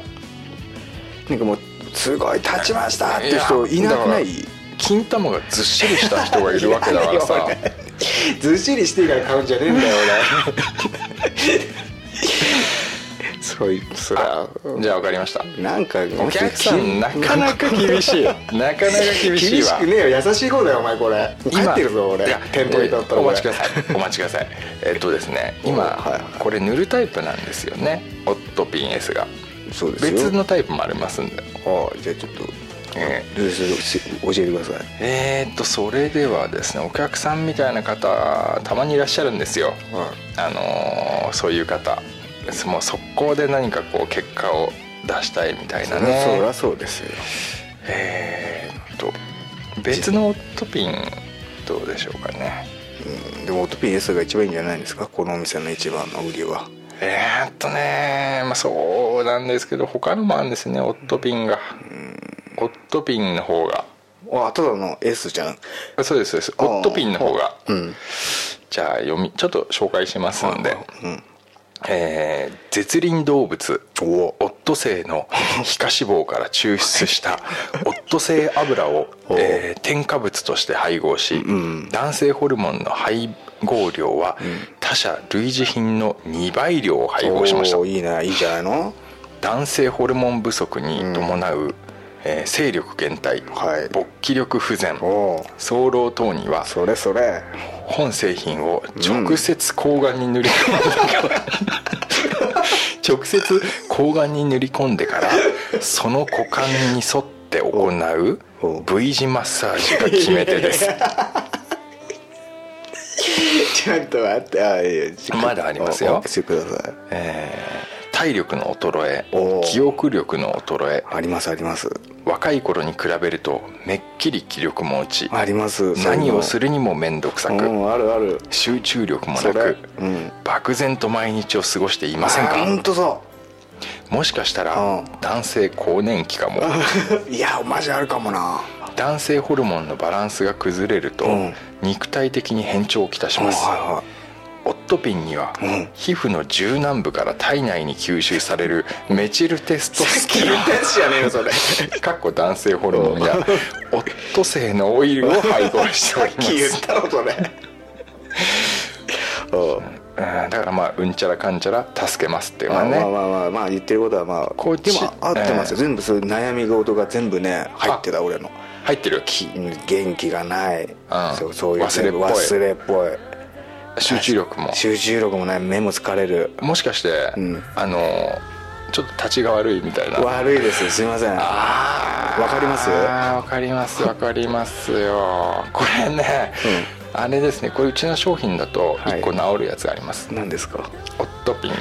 C: なんかもうすごい立ちましたっていう人いなくない
D: やだから金玉がずっしりした人がいるわけだからさ
C: いらないよ俺ずっしりしていいから買うんじゃねえんだよ俺そういうそりゃ
D: じゃあ分かりました
C: なんか
D: お客さんなかなか厳し いなかなか厳
C: 厳
D: しい
C: し
D: わ
C: くねえよ優しい方だよお前これ帰ってるぞ俺
D: いや
C: 店頭に立ったら
D: お
C: 俺
D: 待ちくださいお待ちくださいえっとですね今、
C: はいはい
D: これ塗るタイプなんですよねオットピン S が
C: そうですよ
D: 別のタイプもありますん
C: あ
D: で
C: あじゃあちょっと
D: え
C: どうする教えてください
D: えー、とそれではですねお客さんみたいな方たまにいらっしゃるんですよ、あのーそういう方もう速攻で何かこう結果を出したいみたいなね
C: そりゃそうですよ
D: えー、と別のオットピンどうでしょうかね
C: でもオトピー S が一番いいんじゃないですかこのお店の一番の売りは
D: えー、っとねまあそうなんですけど他のもあるんですねオットピンがオットピンの方が
C: あただの S じゃん
D: そうですそうですオットピンの方が
C: うん
D: じゃあ読みちょっと紹介しますんで
C: うん
D: えー絶倫動物をオットセイの皮下脂肪から抽 出したオットセイ油を、
C: おう
D: えー添加物として配合し、
C: ん
D: 男性ホルモンの配合量は他社類似品の2倍量を配合しました
C: おーいいねいいじゃないの
D: 男性ホルモン不足に伴う、えー精力減退、
C: はい
D: 勃起力不全
C: おー
D: 早漏等には
C: それそれ
D: 本製品を直接抗がんに塗り込んでから、直接抗がんに塗り込んでからその股間に沿って行う
C: おう
D: V 字マッサージが決め手です
C: ちょっと待ってあいいや
D: まだありますよ
C: おおしてください
D: えー体力の衰
C: おう
D: え記憶力の衰え
C: ありますあります
D: 若い頃に比べるとめっきり気力も落ち
C: あります
D: 何をす
C: る
D: るにも面倒くさ
C: う
D: く
C: んあるある
D: 集中力も
C: そ
D: な
C: れ
D: く
C: うん
D: 漠然と毎日を過ごしていません
C: あ
D: か
C: ほんとそ
D: もしかした
C: う
D: ら
C: ん
D: 男性更年期かも
C: う いやマジあるかもな
D: 男性ホルモンのバランスが崩れると
C: うん
D: 肉体的に変調をきたし
C: うんは
D: ま
C: い
D: す
C: は
D: オットピンには
C: うん
D: 皮膚の柔軟部から体内に吸収されるメチルテストス テロン
C: やつじゃねえよそれ
D: かっこ男性ホルモンやオットセイのオイルを配合しておりま
C: 言っ
D: す
C: たろそ れおう
D: うんだからまあうんちゃらかんちゃら助けますっていうの
C: まあ
D: はね
C: まあまあまあまあ言ってることはまあ
D: こっち
C: でも合ってますよ、
D: え
C: 全部そういう悩み事が全部ね入ってた俺の
D: 入ってる
C: き元気がない、そうそういう
D: 忘れっぽい
C: 忘れっぽい
D: 集中力も
C: 集中力もない目も疲れる
D: もしかして
C: うん
D: あのちょっと立ちが悪いみたいな
C: 悪いですすいませんわ
D: あー
C: かります
D: あーわかりますわかりますよこれね、あれですねこれうちの商品だと
C: はい
D: 1個治るやつがあります、
C: 何ですか
D: オットピン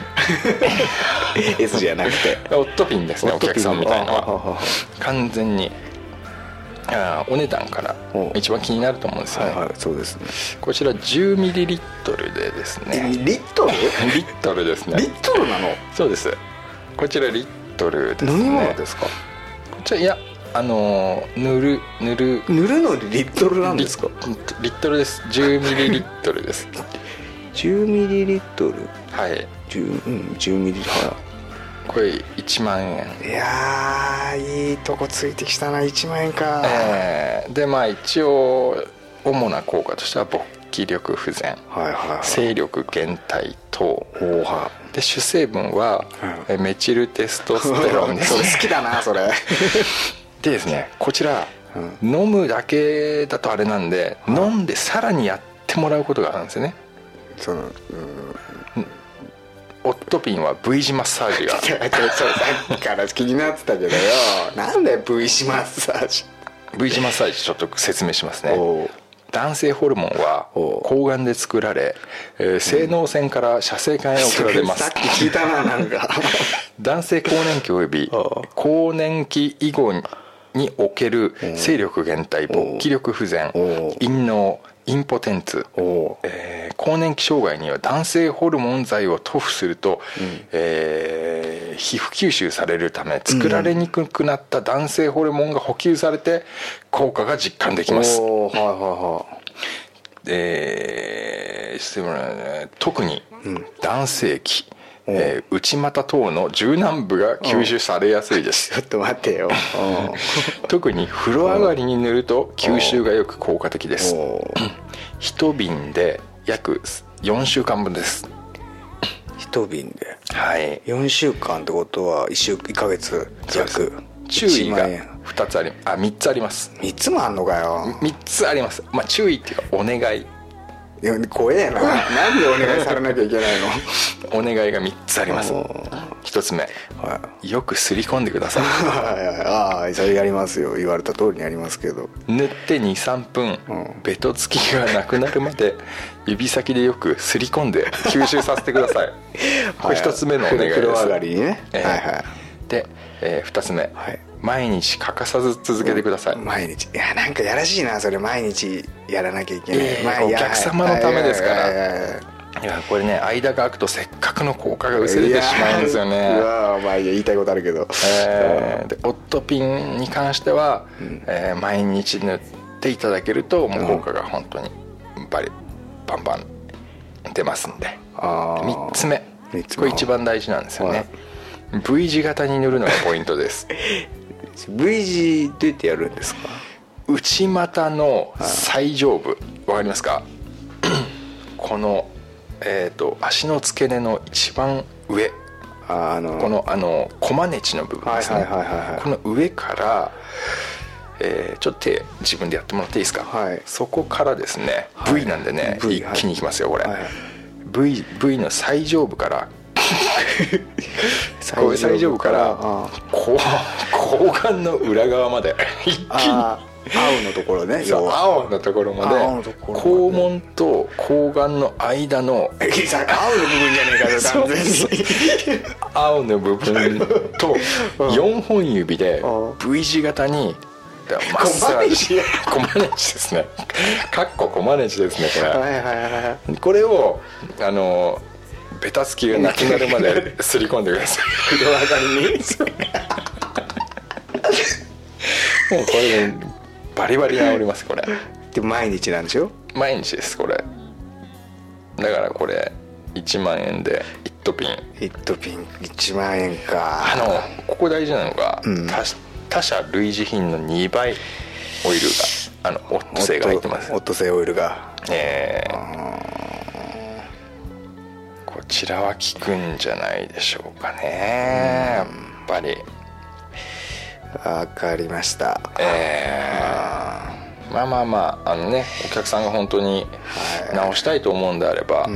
C: S じゃなくて
D: オットピンですね お客さんみたいなの
C: あああ
D: は完全にあーお値段から
C: お
D: 一番気になると思うんですよ
C: は
D: ね、
C: いはいそうですね
D: こちら1 0リットルでですね
C: リットル
D: リットルですね
C: リットルなの
D: そうですこちらリットルですね
C: 飲み物ですか
D: こちらいやあのー塗る塗る
C: 塗るのにリットルなんですか
D: リリットルです10ミリリットルです
C: 10ミリリットル
D: はい
C: 10うん10ミリは
D: これ1万円
C: いいやーいいとこついてきたな1万円か
D: えーでまあ一応主な効果としては勃起力不全
C: はいはいはい
D: 精力減退等
C: おおは
D: で主成分はえメチルテストステロンです
C: それ好きだなそれ
D: でですねこちら、
C: う
D: 飲むだけだとあれなんで、飲んでさらにやってもらうことがあるんですよね
C: その
D: オットピンは V 字マッサー ジが
C: ちょちょさっきから気になってたけどよなんで V しマッサージ
D: V 字マッサージちょっと説明しますね
C: おう
D: 男性ホルモンは
C: おう
D: 睾丸で作られ、えー、性能腺から射精管へ送られま
C: さっ
D: す
C: き聞いたななんか
D: 男性更年期及び
C: おう
D: 更年期以後における精力減退
C: おう
D: 勃起力不全
C: おう
D: 陰嚢インポテンツ、えー更年期障害には男性ホルモン剤を塗布すると、えー皮膚吸収されるため作られにくくなった男性ホルモンが補給されて効果が実感できます、
C: おーはいはいは
D: えーしてもらうね特に男性器、えー内股等の柔軟部が吸収されやすいです
C: いちょっと待ってよ
D: 特に風呂上がりに塗ると吸収がよく効果的で
C: うん
D: す
C: おー
D: 一瓶で約4週間分です
C: 一瓶で
D: はい
C: 4週間ってことは 1, 週1ヶ月
D: そう
C: 約
D: です注意が
C: 1万円
D: 2つありあ3つあります
C: 3つもあんのかよ
D: 3つありますまあ注意っていうかお願い
C: いや怖えななんでお願いされなきゃいけないの
D: お願いが3つあります
C: お
D: 1つ目
C: は
D: よくすり込んでください
C: はいはいああそれやりますよ言われた通りにやりますけど
D: 塗って23分、
C: うん
D: ベトつきがなくなるまで 指先でよくすり込んで吸収させてください これ一つ目のお願いです
C: 風呂上がりにね、
D: ええ
C: はいはい
D: で、え2つ目、
C: はい
D: 毎日欠かさず続けてください、
C: 毎日いやなんかやらしいなそれ毎日やらなきゃいけない
D: いやいや
C: まあいや
D: お客様のためですから
C: はいはいはいはい
D: いやこれね間が空くとせっかくの効果が薄れてしまうんですよ
C: いや
D: ね
C: うわまあいや言いたいことあるけど、
D: えーでオットピンに関しては、えー毎日塗っていただけるともう効果が本当にバリバンバン出ますんで
C: あー
D: 3つ目
C: 三つ目
D: これ一番大事なんですよね、
C: はい
D: V 字型に塗るのがポイントです
C: V 字どうやってやるんですか
D: 内股の最上部わかりますかこの、えー、と足の付け根の一番上
C: あの
D: このあのコマネチの部分です
C: は
D: ね、
C: いはいはいはいはい
D: この上から、えーちょっと手自分でやってもらっていいですか、
C: はい
D: そこからですね、
C: はい
D: V なんでね、
C: V
D: 一気にいきますよこれ、
C: はい
D: v, v の最上部から こう最上部から
C: あ
D: こう睾丸の裏側まで一気に
C: あー青のところ ね
D: そう
C: 要は
D: 青のところまで
C: 青のところまで
D: 肛門と睾丸の間の
C: 青の部分じゃね えかよ完全に
D: 青の部分 と4本指で
C: う
D: V 字型にマッサージコマネチですねかっこコマネチですねこ
C: はいはいはいはい
D: れこれをあのベタつきがなくなるまですり込んでください
C: 風呂上がり に
D: もうこれでバリバリ治りますこれ
C: で毎日なんでしょ
D: 毎日ですこれだからこれ1万円で1ピン
C: ヒットピン1万円か
D: あのここ大事なのが、
C: うん
D: 他他社類似品の2倍オイルがあのオットセイが入ってます
C: オットセイオイルが
D: ええこちらは効くんじゃないでしょうかねやっぱり
C: わかりました
D: まあまあまああのねお客さんが本当に直したいと思うんであれば、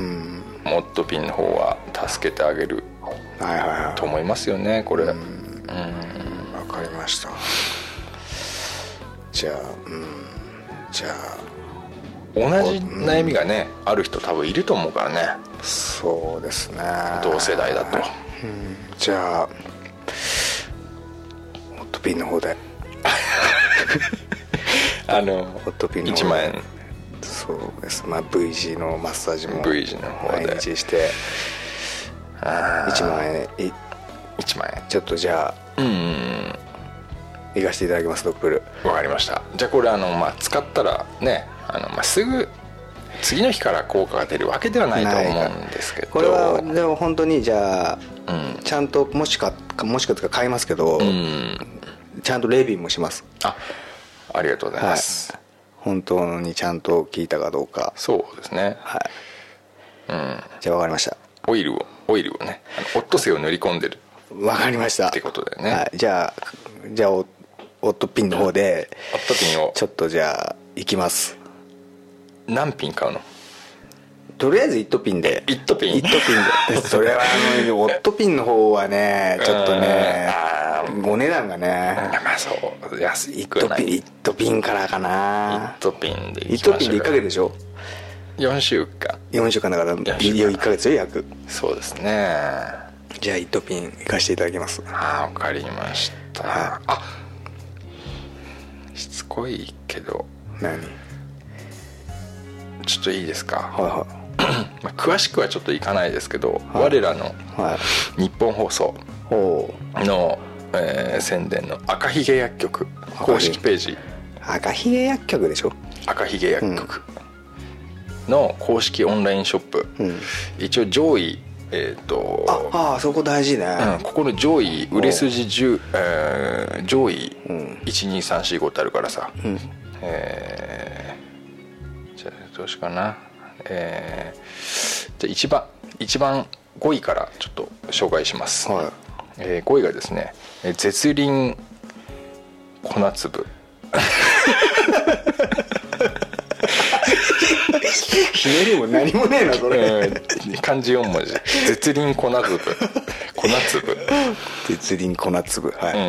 D: もっとピンの方は助けてあげる
C: はいはいはい
D: と思いますよねこれ、
C: わかりましたじゃあうんじゃあ
D: 同じ悩みがねある人多分いると思うからね
C: そうですね
D: 同世代だと
C: じゃあオットピンの方で
D: あの
C: ホットピンの方
D: 1万円
C: そうですまあ V 字のマッサージも
D: V 字の方で
C: 毎日して1万円い
D: 1万円
C: ちょっとじゃあうん行かせていただきますドップル
D: わかりましたじゃあこれあの、まあ、使ったらねあの、まあ、すぐ次の日から効果が出るわけではないと思うんですけど
C: これはでも本当にじゃあ、
D: うん
C: ちゃんともしかもしかというか買いますけど、
D: うん
C: ちゃんとレビューもします
D: あありがとうございます、
C: 本当にちゃんと聞いたかどうか
D: そうですね
C: はい、じゃあ分かりました
D: オイルをオイルをねあのオットセイを塗り込んでる
C: 分かりました
D: ってことだよね
C: はい、じゃあじゃあおオットピンの方で
D: オットピンを
C: ちょっとじゃあ行きます
D: 何ピン買うの
C: とりあえず一トピンで
D: 一トピン
C: 一トピン でそれはあのオットピンの方はねちょっとねお値段が
D: い
C: ね
D: やまあそう安
C: 一
D: いく
C: ト
D: な
C: ピン
D: い
C: 一トピンからかな
D: 一トピンでい
C: 一
D: き
C: ト
D: ま
C: ピ
D: し
C: ン
D: ょ
C: で
D: う
C: 1ヶ月でしょ
D: 4週間
C: 4週間だから
D: や週間
C: 1ヶ月よ約
D: そうですね
C: じゃあ一トピン行かせていただきます
D: ああ分かりましたあしつこいけど
C: 何
D: ちょっといいですか、
C: は
D: まあ、詳しくはちょっといかないですけど、
C: はい
D: 我らの
C: いはいはい
D: 日本放送
C: ほ
D: の、えー宣伝の赤ひげ薬局
C: ひげ
D: 公式ページ
C: う赤ひげ薬局でしょ
D: 赤ひげ薬局の公式オンラインショップ、
C: うん
D: 一応上位えっ、と
C: ああーそこ大事ね、
D: うん、ここの上位売れ筋10、えー上位
C: うん
D: 12345ってあるからさ、
C: ん
D: えーじゃあどうしようかなえーじゃあ一番一番5位からちょっと紹介します、
C: はい
D: え5位がですね「えー絶倫粉粒
C: ひねりも何もねえなそ」れ
D: 漢字4文字「絶倫粉粒」粉粒
C: 鉄輪粉粒は
D: う
C: い、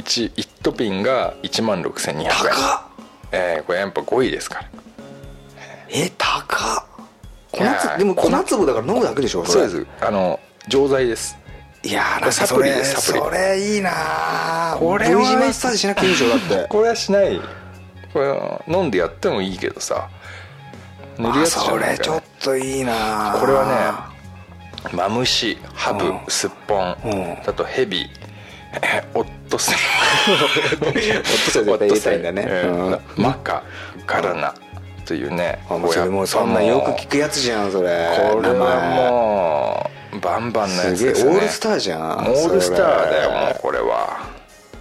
D: ん 1, 1トピンが1万6200円
C: 高っ
D: えーこれやっぱ5位ですから
C: え高っ粉
D: いや
C: 粒でも粉粒だから飲むだけでしょ
D: そう
C: れ
D: ですあの錠剤です
C: いやーなんかそれ
D: サプリですサプリ
C: それいいなー
D: これは
C: V 字マッサージしなくていいでしょだって
D: これはしないこれ飲んでやってもいいけどさ塗るや
C: あ
D: つじ
C: そ
D: ゃな
C: れ
D: い
C: ち
D: か
C: ょ
D: ら
C: っといいなー
D: これはねマムシハ
C: う
D: ブ
C: ん
D: スッポン
C: うん
D: あとヘビ えオットセイオ
C: イ
D: ッ
C: 絶対入れたいんだね
D: えー
C: うん
D: マカガラナというね
C: あもうそれもうそんなよく聞くやつじゃんそれ
D: これ
C: 名前
D: はもうバンバンのやつ
C: すげえ
D: ですね
C: オールスターじゃん
D: オールスターだよ
C: それ
D: もうこれは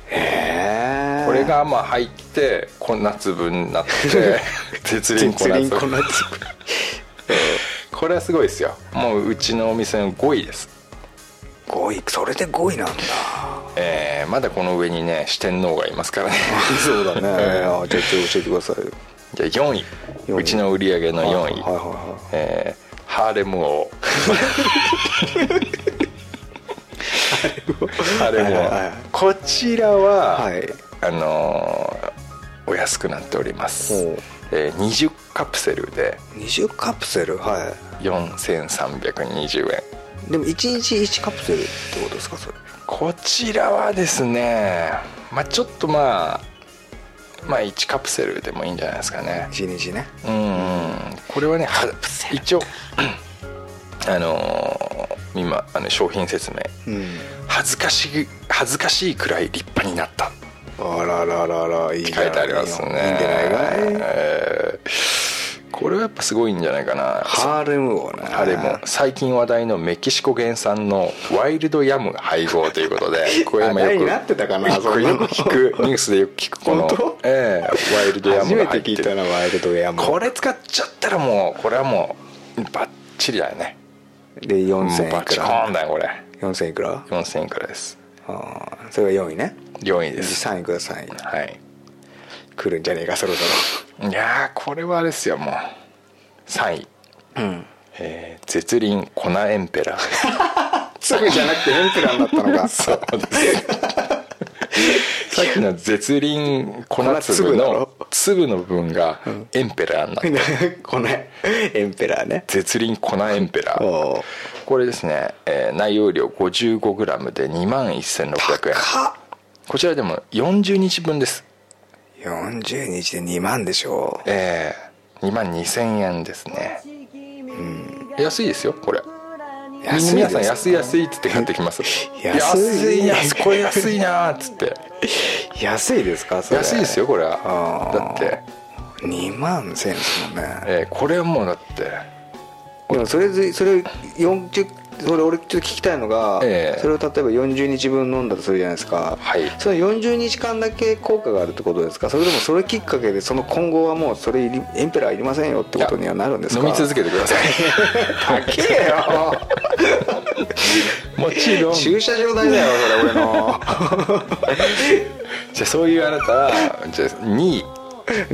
C: へえ
D: これがまあ入ってこんな粒 になって鉄輪粉
C: 鉄
D: な
C: 輪粉
D: 粒
C: 粒
D: これはすごいですよもううちのお店の5位です
C: 5位それで5位なんだ
D: えーまだこの上にね四天王がいますからね
C: そうだね
D: えー
C: あちょっと教えてくださいよ
D: じゃあ4位
C: 四位
D: うちの売り上げの4位、
C: はいはいはい
D: えーハーレム王 ハーレム王
C: はいはいはい
D: こちらは、
C: はい
D: あのーお安くなっております
C: ほう、
D: えー20カプセルで
C: 20カプセルは
D: 4320円
C: いでも1日1カプセルってことですかそれ
D: こちらはですねまあちょっとまあまあ1カプセルでもいいんじゃないですかね
C: 1日ね
D: うんこれはねは一応あのー今あの商品説明
C: うん
D: 恥ずかしい恥ずかしいくらい立派になったっ
C: あららららいい
D: て
C: じ
D: 書
C: ゃ
D: い
C: ん
D: てありますね
C: いいんじゃないかい
D: えーこれはやっぱすごいんじゃないかな
C: ハーレムをね
D: あれも最近話題のメキシコ原産のワイルドヤム配合というこ とでこれ
C: あ
D: 今よ
C: 題に
D: く
C: なってたかな
D: よ
C: そ
D: く
C: んなの
D: 聞くニュースでよく聞くこの
C: 本当
D: ええワイルドヤ
C: 初
D: ム
C: め
D: が入
C: て
D: っ
C: 聞
D: て
C: いた
D: る
C: なワイルドエアも
D: これ使っちゃったらもうこれはもうバッチリだよね
C: で
D: もう
C: 4000い
D: バ
C: く
D: チコーン
C: ら
D: だよこれ
C: 4000いくら
D: 4000いくらです
C: あーそれが4位ね
D: 4位です
C: 3位ください
D: はい
C: 来るんじゃねえかそろ そ
D: いやーこれはあれですよもう3位
C: ろうん
D: えー絶倫粉エンペラー
C: すぐじゃなくてエンペラーになったのか
D: そうですさっきの絶倫粉粒の粒の部分がエンペラーになって
C: これエンペラーね
D: 絶倫粉エンペラー
C: おー
D: これですね、えー内容量 55g で2万1600円
C: か
D: こちらでも40日分です
C: っ40日で2万でしょ
D: えー、2万2000円ですね安いですよこれ
C: 安いです
D: 皆さん安い安いっつって買ってきます
C: 安い
D: 安いこれ安いなーっつって
C: 安いですかそれ
D: 安いですよこれは
C: あ
D: だっ
C: ー
D: て、
C: 2万1000円ですもんね
D: えーこれはもうだって
C: でもそれずそれ40それ俺ちょっと聞きたいのが、
D: ええ
C: それを例えば40日分飲んだとするじゃないですか
D: はい
C: その40日間だけ効果があるってことですかそれともそれきっかけでその今後はもうそれいりエンペラーいりませんよってことにはなるんですか
D: 飲み続
C: け
D: けてくださ い
C: 高えよ
D: もち ろん
C: 駐車場代だよそれ俺の
D: じゃあそういうあなたはじゃあ2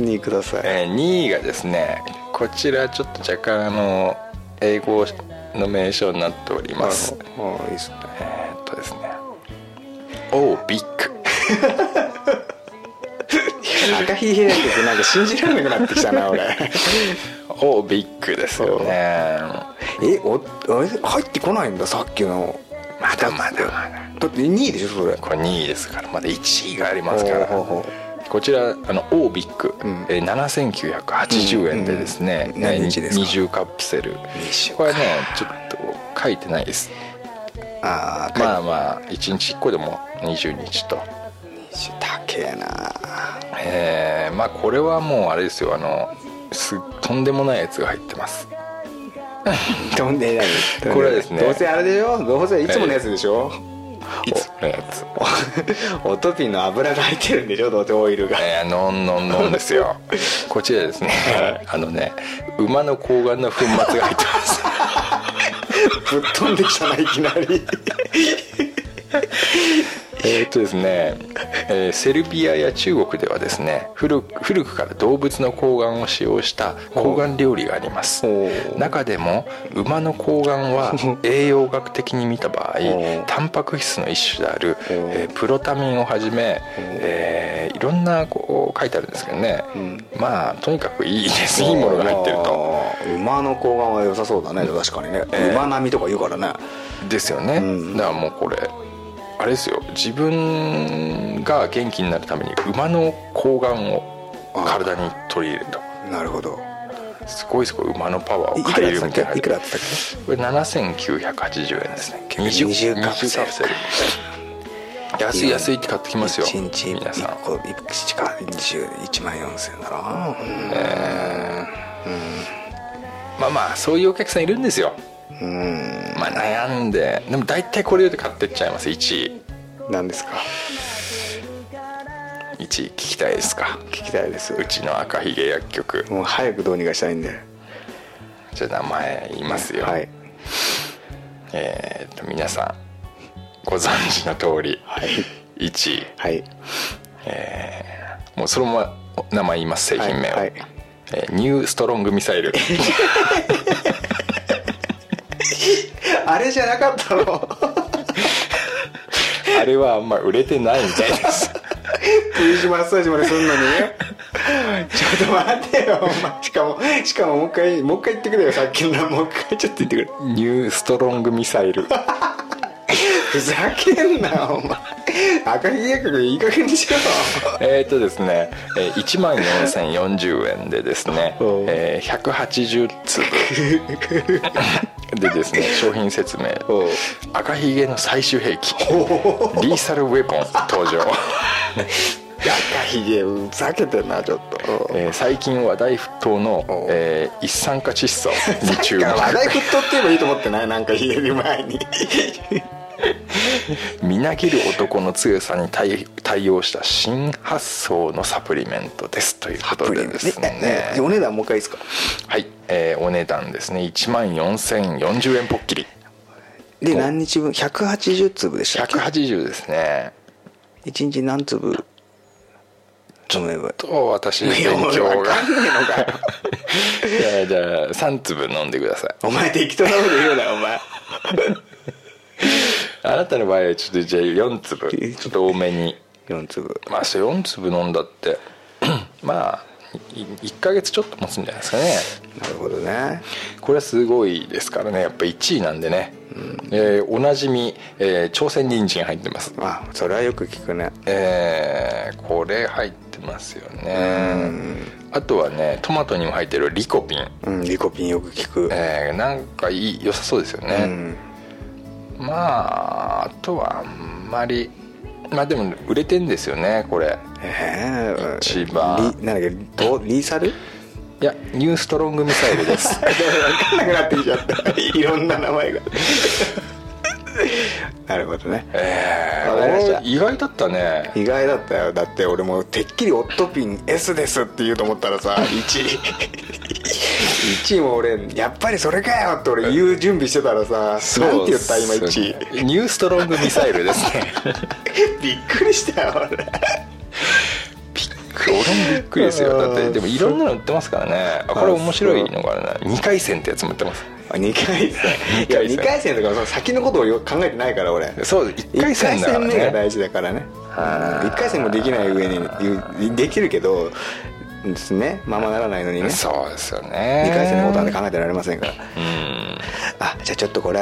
D: 位、
C: にください
D: え2位がですねこちらちょっと若干あの英語の名称になっております
C: あのあいいっすね
D: えーっとですねオービック
C: 赤ひげ薬局なんか信じられなくなってきた な俺
D: オービックですよね
C: えおあれ入ってこないんださっきの
D: まだまだまだ
C: だって2位でしょそれ
D: これ2位ですからまだ1位がありますから
C: ほうほうほ
D: こちらあのオービック、
C: うん
D: えー7980円でですね、
C: うんうん何日ですか
D: 20カプセル
C: 20
D: これねちょっと書いてないです
C: ああ、
D: ま
C: ま
D: あまあ1日1個でも20日と
C: 高えな
D: えーまあこれはもうあれですよあのすとんでもないやつが入ってます
C: とんでない
D: これはですね
C: どうせあれでしょどうせいつものやつでしょ、いつ
D: おのやつ
C: おトピンの油が入ってるんでしょどうせオイルが
D: えー、のんのんのんです よこちらですねあのね馬の睾丸の粉末が入ってます
C: ぶっ飛んできたないきなり
D: えーっとですね、えーセルビアや中国ではですね古く古くから動物の睾丸を使用した睾丸料理があります
C: おう
D: 中でも馬の睾丸 は栄養学的に見た場合
C: お
D: タンパク質の一種である、
C: お
D: えープロタミンをはじめ、えーいろんなこう書いてあるんですけどね、まあとにかくいいですいいものが入ってると。
C: あー馬の睾丸は良さそうだね確かにね、馬並みとか言うからね
D: ですよね、
C: ん
D: だからもうこれあれですよ自分が元気になるために馬の睾丸を体に取り入れると
C: なるほど
D: すごいすごい馬のパワーを
C: いく
D: 借
C: ら
D: り
C: だ
D: る
C: っ
D: み
C: た
D: たい
C: っ
D: な
C: けいくらだったっ
D: これ7980円ですね
C: け20
D: 20
C: カプセル
D: カプセル安い安いって買ってきますよ
C: 1日
D: 皆さん
C: 1個1か1万4000円だな
D: まあまあそういうお客さんいるんですよ
C: うん
D: まあ悩んででも大体これより買ってっちゃいます1位
C: 何ですか
D: 1位聞きたいですか
C: 聞きたいです
D: うちの赤ひげ薬局
C: もう早くどうにかしたいんで
D: じゃあ名前言いますよ、
C: はい
D: えー、と皆さんご存知の通り、
C: はい
D: 1位
C: はい
D: もうそのままお名前言います製
C: はい
D: 品名を、
C: はい
D: えーニューストロングミサイル
C: あれじゃなかったの
D: あれはあんま売れてないみたいです
C: T 字マッサージまですんのにねちょっと待ってよお前しかもしかももう一回もう一回言ってくれよさっきのなもう一回ちょっと言ってくれ
D: ニューストロングミサイル
C: ふざけんなお前赤ひげ役いい加減にしろ
D: えっとですね、えー、1万4040円でですね、
C: おう
D: えー、180粒でですね商品説明
C: おう
D: 赤ひげの最終兵器リーサルウェポン登場
C: 赤ひげふざけてんなちょっと
D: えー最近話題沸騰の、えー一酸化窒素に注目
C: なんか話題沸騰って言えばいいと思ってない なんか家に前に
D: みなぎる男の強さに対対応した新発想のサプリメントですということでですね
C: えお値段もう一回いいですか
D: はい、えーお値段ですね1万4040円ぽっきり
C: で何日分180粒でしたっけ
D: 180ですね
C: 一日何粒飲めば
D: と私勉
C: いや俺
D: 強
C: わ
D: が
C: かんねえのかよ
D: じゃあじゃあ3粒飲んでください
C: お前適当なこと言うなお前
D: あなたの場合はちょっとじゃあ4粒ちょっと多めに
C: 4粒
D: まあそれ4粒飲んだって まあ1ヶ月ちょっと持つんじゃないですかね
C: なるほどね
D: これはすごいですからねやっぱ1位なんでね、えーおなじみ、えー朝鮮人参入ってます
C: あそれはよく聞くね
D: えーこれ入ってますよねあとはねトマトにも入ってるリコピン、
C: うんリコピンよく聞く
D: えーなんかいい良さそうですよ
C: う
D: ね、
C: ん
D: まああとはあんまりまあでも売れてんですよねこれ
C: ええ
D: 一番
C: リなんだっけどリーサル
D: いやニューストロングミサイルで す
C: 分かんなくなってきちゃった いろんな名前がなるほどね
D: えー
C: わかりました
D: これ意外だったね
C: 意外だったよだって俺もてっきりオットピン S ですって言うと思ったらさ 1位1位も俺やっぱりそれかよって俺言う準備してたらさなんて言った今1位
D: 位ニューストロングミサイルですね
C: びっくりしたよ俺
D: 俺もびっくりですよだってでもいろんなの売ってますからねあこれ面白いのがあるな2回戦ってやつも売ってます
C: 2回戦いや
D: 二回戦
C: 2回戦とかその先のことをよく考えてないから俺
D: そう1
C: 1
D: 回
C: 回
D: 戦だか
C: 戦目
D: ら
C: が
D: ね
C: 大事だからね1回戦もできない上にできるけどですねままならないのにね
D: そうですよ
C: 2
D: ね
C: 回戦のことなんて考えてられませんから
D: うん
C: あじゃあちょっとこれ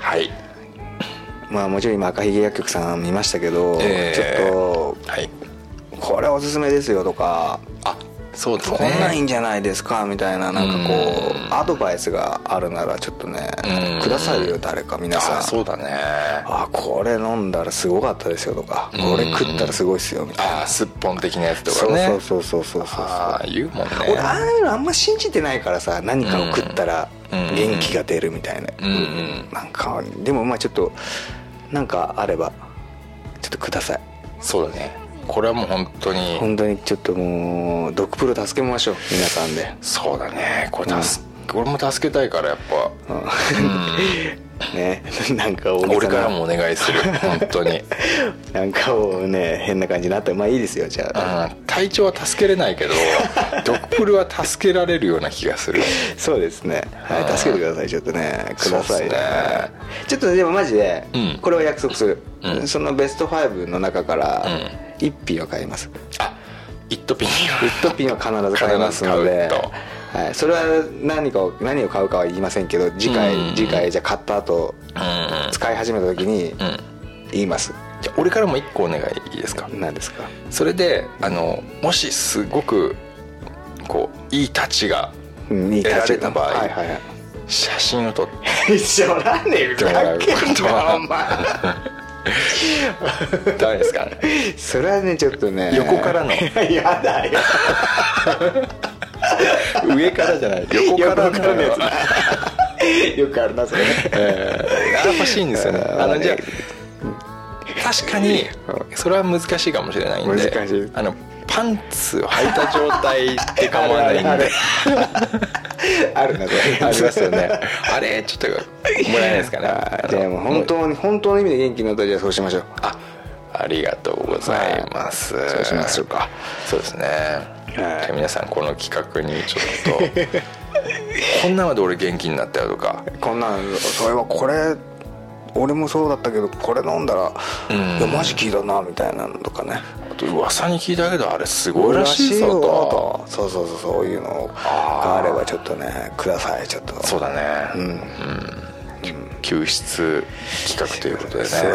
D: はい
C: まあもちろん今赤ひげ薬局さん見ましたけど、
D: ええ
C: ちょっ
D: はい
C: とここれおすすめですよ」とか
D: あそうですね
C: こんなんいいんじゃないですかみたいななんかこう、
D: うん
C: アドバイスがあるならちょっとね、
D: うん
C: くださいよ誰か皆さん
D: あそうだね
C: あこれ飲んだらすごかったですよとか、
D: うん
C: これ食ったらすごいっすよみたいな、
D: あすっぽん的なやつと
C: そ
D: か
C: う
D: ね
C: そうそうそうそうそうそう
D: ああ言うもんね
C: 俺ああいうのあんま信じてないからさ何かを食ったら
D: うん
C: 元気が出るみたいな、
D: うんうん
C: なんかでもまあちょっとなんかあればちょっとください
D: そうだねこれはもう本当に
C: 本当にちょっともうドクプロ助けましょう皆さんで
D: そうだねこれ助、俺も助けたいからやっぱ、
C: ねなんか大げさな
D: 俺からもお願い する本当に、
C: なんかをね変な感じになったらまあいいですよじゃあ、
D: うん、体調は助けれない けどドップルは助けられるような気がする
C: そうですね、は
D: うん
C: い、助けてくださいちょっとねくださいね
D: そうっ
C: ちょっとでもマジで、
D: うん
C: これは約束する、
D: うん
C: そのベスト5の中から
D: う
C: 1品は買います、
D: あ一斗ピン
C: 1品は必ず買いますので
D: 必ず買う
C: はい、それは何かを何を買うかは言いませんけど次回、
D: うん
C: 次回じゃあ買った後
D: うん
C: 使い始めた時に
D: うん
C: 言います、
D: じゃあ俺からも一個お願いいいですか
C: 何ですか
D: それであのもしすごくこういいタチが
C: うんいい
D: 得られた場合
C: はいはい はい
D: 写真を 撮って
C: 一緒らねえふざけんなお前
D: ダメですかね
C: それはねちょっとね
D: 横から の
C: やだよ
D: 上からじゃない横
C: 横
D: か
C: からら
D: の
C: の
D: や
C: や
D: つ
C: つなよくあるなそれ
D: あ欲しいんですよね
C: あー
D: あのじゃ
C: ね
D: あ確かにそれは難しいかもしれないんで
C: 難しい
D: あのパンツを履いた状態で構わないん で
C: あるあるなそれ
D: ありますよね あれちょっともらえないですかね
C: あーじゃあもう本当に本当の意味で元気になったらじゃあそうしましょう
D: あありがとうございます、
C: はいそうしましょうか
D: そうですね、じゃあ皆さんこの企画にちょっ とこんなまで俺元気になったよとか
C: こんなのそれはこれ俺もそうだったけどこれ飲んだら、
D: ん
C: いやマジ聞いたなみたいなのとかね
D: あと噂に聞いたけどあれすごいらしいぞと
C: そうそうそうそういうのがあればちょっとねくださいちょっと
D: そうだね、
C: うん
D: 救出企画ということでね
C: そう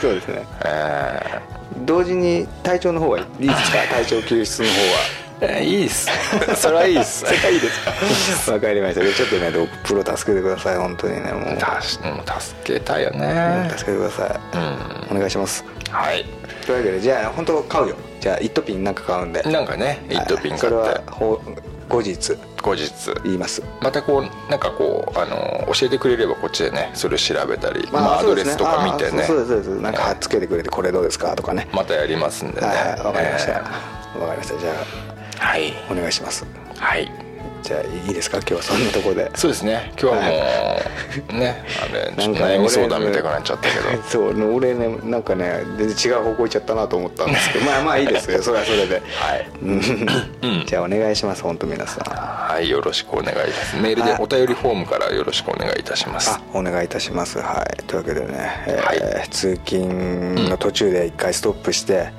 C: そう ですね
D: え
C: 同時に体調の方はいいですか体調救出の方
D: ーえーいいっす それはいいっす
C: はいいですか わかりましたちょっとねドップロ助けてください本当にねもう
D: たしもう助けたいよ
C: うん
D: ね
C: 助けてくださ
D: うん
C: いお願いします
D: はい
C: というわけでじゃあ本当買うよじゃあ一トピンなんか買うんで
D: なんかね一等ピン買
C: それ
D: って
C: はほ後日
D: 後日
C: 言います
D: またこうなんかこうあの教えてくれればこっちでねそれ調べたり、まあ、ア
C: そ
D: ド
C: うで
D: レ
C: すね
D: スとか見てね
C: あそうですそうですなんかつけてくれてこれどうですかとかね
D: またやりますんでね
C: はいはいわかりました
D: え
C: わかりましたじゃ
D: ーはい
C: あお願いします
D: はい
C: じゃあいいですか今日はそんなところで
D: そうですね今日はもう、ねあれちょっと悩み相談みたいになっちゃったけ ど
C: そう俺ねなんかね全然違う方向行っちゃったなと思ったんですけ どまあまあいいですよそれはそれで
D: はい、
C: うんじゃあお願いします本当皆さんあ
D: はい、よろしくお願いしますメールでお便りフォームからよろしくお願いいたします
C: お願いいたしますはいというわけでね、えー
D: は
C: 通勤の途中で一回ストップして、
D: うん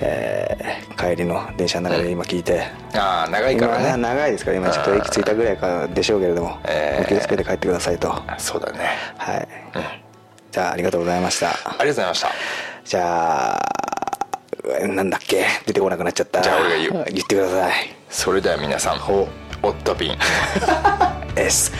C: えー帰りの電車の中で今聞いて、
D: ああ長いか
C: 今ね
D: らね
C: 長いですから今ちょっと駅着いたぐらいからでしょうけれども、
D: えー
C: お気をつけて帰ってくださいとはい、
D: そうだね
C: じゃあありがとうございました
D: ありがとうございました
C: じゃあなんだっけ出てこなくなっちゃった
D: じゃあ俺が言う
C: 言ってください
D: それでは皆さんおっとピン
C: エス